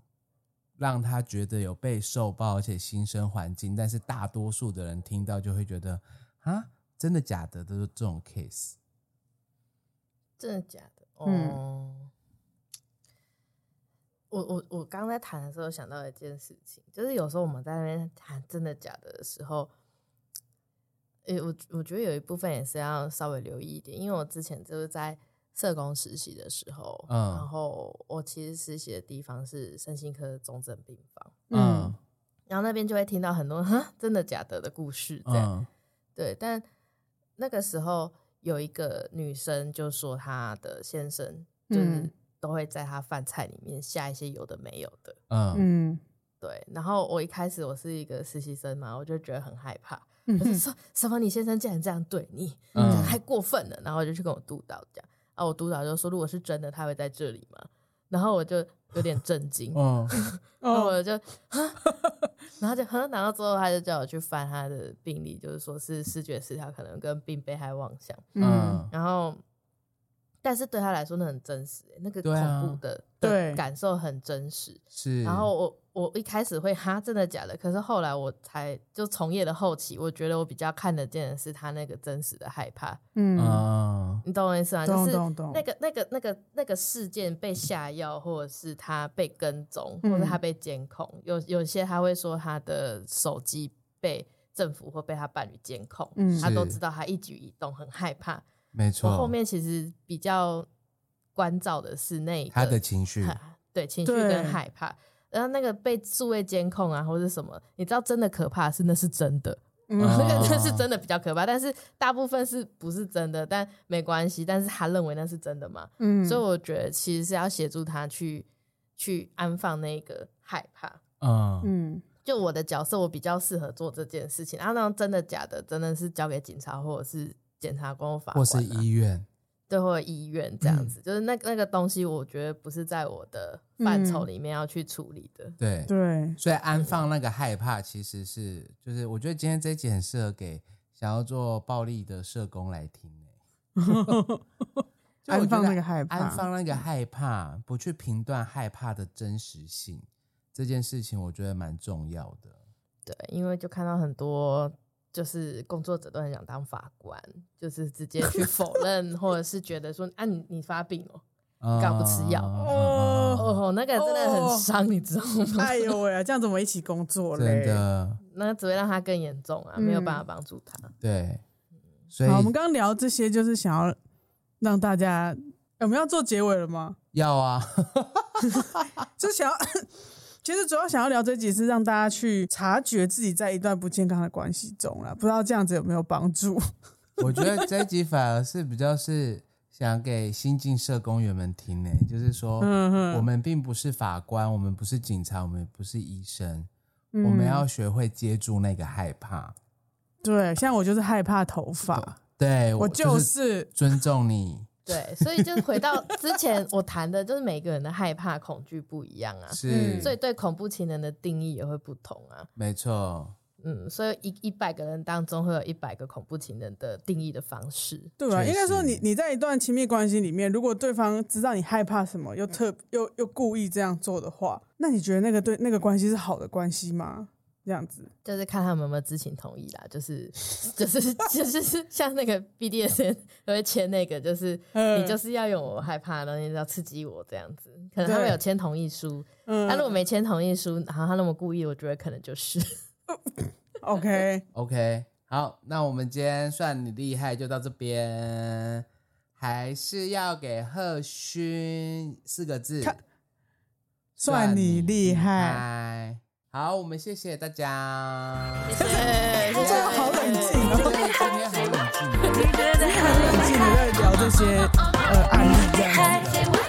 Speaker 2: 让她觉得有被受暴，而且新生环境，但是大多数的人听到就会觉得啊，真的假的的这种 case，
Speaker 4: 真的假的？哦、
Speaker 3: 嗯
Speaker 4: 我我我刚在谈的时候想到一件事情，就是有时候我们在那边谈真的假的的时候，诶、我我觉得有一部分也是要稍微留意一点，因为我之前就是在社工实习的时候，
Speaker 2: 嗯
Speaker 4: 然后我其实实习的地方是身心科重症病房，
Speaker 2: 嗯
Speaker 3: 嗯
Speaker 4: 然后那边就会听到很多 哈真的假的的故事，这样。
Speaker 2: 嗯
Speaker 4: 对，但那个时候有一个女生就说她的先生就是
Speaker 3: 嗯
Speaker 4: 都会在她饭菜里面下一些有的没有的。
Speaker 2: 嗯
Speaker 3: 嗯，
Speaker 4: 对，然后我一开始我是一个实习生嘛，我就觉得很害怕，
Speaker 3: 嗯
Speaker 4: 我就说什么你先生竟然这样对你，这
Speaker 2: 嗯
Speaker 4: 样太过分了。然后我就去跟我督导讲，啊，我督导就说如果是真的，他会在这里吗？然后我就有点震 惊，
Speaker 2: 嗯
Speaker 4: 然后
Speaker 3: 哦，
Speaker 4: 我就，哈 然后就，哼然后之后他就叫我去翻他的病历，就是说是视觉失调，可能跟病被害妄想。
Speaker 3: 嗯，
Speaker 2: 嗯
Speaker 4: 然后，但是对他来说那很真实、欸那个
Speaker 2: 对啊
Speaker 4: 恐怖的、
Speaker 3: 对
Speaker 4: 的感受很真实。
Speaker 2: 是，
Speaker 4: 然后我我一开始会哈真的假的，可是后来我才就从业的后期，我觉得我比较看得见的是他那个真实的害怕，
Speaker 3: 嗯，
Speaker 2: 嗯
Speaker 4: 你懂我意思吗？啊就
Speaker 3: 懂
Speaker 4: 是
Speaker 3: 懂懂
Speaker 4: 那个那个那个那个事件被下药，或者是他被跟踪，或者
Speaker 3: 嗯
Speaker 4: 他被监控。有有些他会说他的手机被政府或被他伴侣监控，
Speaker 3: 嗯
Speaker 4: 他都
Speaker 2: 是
Speaker 4: 知道他一举一动，很害怕。
Speaker 2: 没
Speaker 4: 我
Speaker 2: 错，
Speaker 4: 后面其实比较关照的是那一个
Speaker 2: 他的情绪，
Speaker 4: 哈 对情绪
Speaker 3: 对
Speaker 4: 跟害怕。然后那个被数位监控啊，或者什么，你知道真的可怕的是那是真的，
Speaker 2: 嗯
Speaker 3: 嗯，
Speaker 4: 那个那是真的比较可怕，但是大部分是不是真的？但没关系，但是他认为那是真的嘛？
Speaker 3: 嗯
Speaker 4: 所以我觉得其实是要协助他去去安放那个害怕。
Speaker 2: 嗯
Speaker 3: 嗯
Speaker 4: 就我的角色，我比较适合做这件事情。然后那种真的假的，真的是交给警察或者是检察官、法官、啊，
Speaker 2: 或是医院，
Speaker 4: 对，或者医院这样子，就是那那个东西，我觉得不是在我的范畴里面要去处理的。
Speaker 2: 对，
Speaker 3: 对，
Speaker 2: 所以安放那个害怕其实是，就是我觉得今天这一集很适合给想要做暴力的社工来听、欸就我
Speaker 3: 安
Speaker 2: 觉
Speaker 3: 放
Speaker 2: 得
Speaker 3: 那个害
Speaker 2: 安
Speaker 3: 怕，嗯
Speaker 2: 放那个害怕，不去评断害怕的真实性，这件事情我觉得蛮重要的。
Speaker 4: 对，因为就看到很多就是工作者都很想当法官，就是直接去否认，或者是觉得说啊你你发病哦，
Speaker 2: 嗯
Speaker 4: 干嘛不吃药
Speaker 2: 哦，
Speaker 4: 哦那个真的
Speaker 3: 哦
Speaker 4: 很伤，你知道吗？
Speaker 3: 哎呦喂啊，这样怎么一起工作嘞？
Speaker 2: 真的
Speaker 4: 那只会让他更严重啊，没有
Speaker 3: 嗯
Speaker 4: 办法帮助他。
Speaker 2: 对，所以
Speaker 3: 好，我们刚刚聊这些，就是想要让大家，哎我们要做结尾了吗？
Speaker 2: 要啊，
Speaker 3: 就是想要， 其实主要想要聊这集是让大家去察觉自己在一段不健康的关系中啦，不知道这样子有没有帮助？
Speaker 2: 我觉得这一集反而是比较是想给新进社工员们听呢、就是说，
Speaker 3: 嗯
Speaker 2: 我们并不是法官，我们不是警察，我们不是医生，
Speaker 3: 嗯
Speaker 2: 我们要学会接住那个害怕。
Speaker 3: 对，像我就是害怕头发，
Speaker 2: 对
Speaker 3: 我就是是
Speaker 2: 尊重你，
Speaker 4: 对，所以就是 回到之前我谈的，就是每个人的害怕、恐惧不一样啊，
Speaker 2: 是，
Speaker 3: 嗯
Speaker 4: 所以对恐怖情人的定义也会不同啊。
Speaker 2: 没错，
Speaker 4: 嗯，所以一一百个人当中会有一百个恐怖情人的定义的方式。
Speaker 3: 对
Speaker 2: 确
Speaker 3: 吧？
Speaker 2: 实
Speaker 3: 应该说你，你在一段亲密关系里面，如果对方知道你害怕什么，又特又又故意这样做的话，那你觉得那个对那个关系是好的关系吗？这样子，
Speaker 4: 就是看他们有没有知情同意啦，就是 就是就是是 像那个 BDSN 都会签那个，就是、
Speaker 3: 嗯
Speaker 4: 你就是要有我害怕的东西，要刺激我这样子。可
Speaker 3: 对
Speaker 4: 能他们有签同意书，
Speaker 3: 嗯
Speaker 4: 他、如果没签同意书，然后他那么故意，我觉得可能就是。
Speaker 3: ，OK，
Speaker 2: OK，好，那我们今天算你厉害，就到这边。还是要给贺勋四个字，
Speaker 3: 算你厉害，
Speaker 2: 害。好，我们谢谢大家。
Speaker 4: 谢谢，
Speaker 3: 真的好冷静
Speaker 2: 对，今天好冷静哦。
Speaker 3: 哦，
Speaker 1: 你觉得
Speaker 3: 很冷静的在聊这些呃案例这样子。
Speaker 1: 嗨，谁问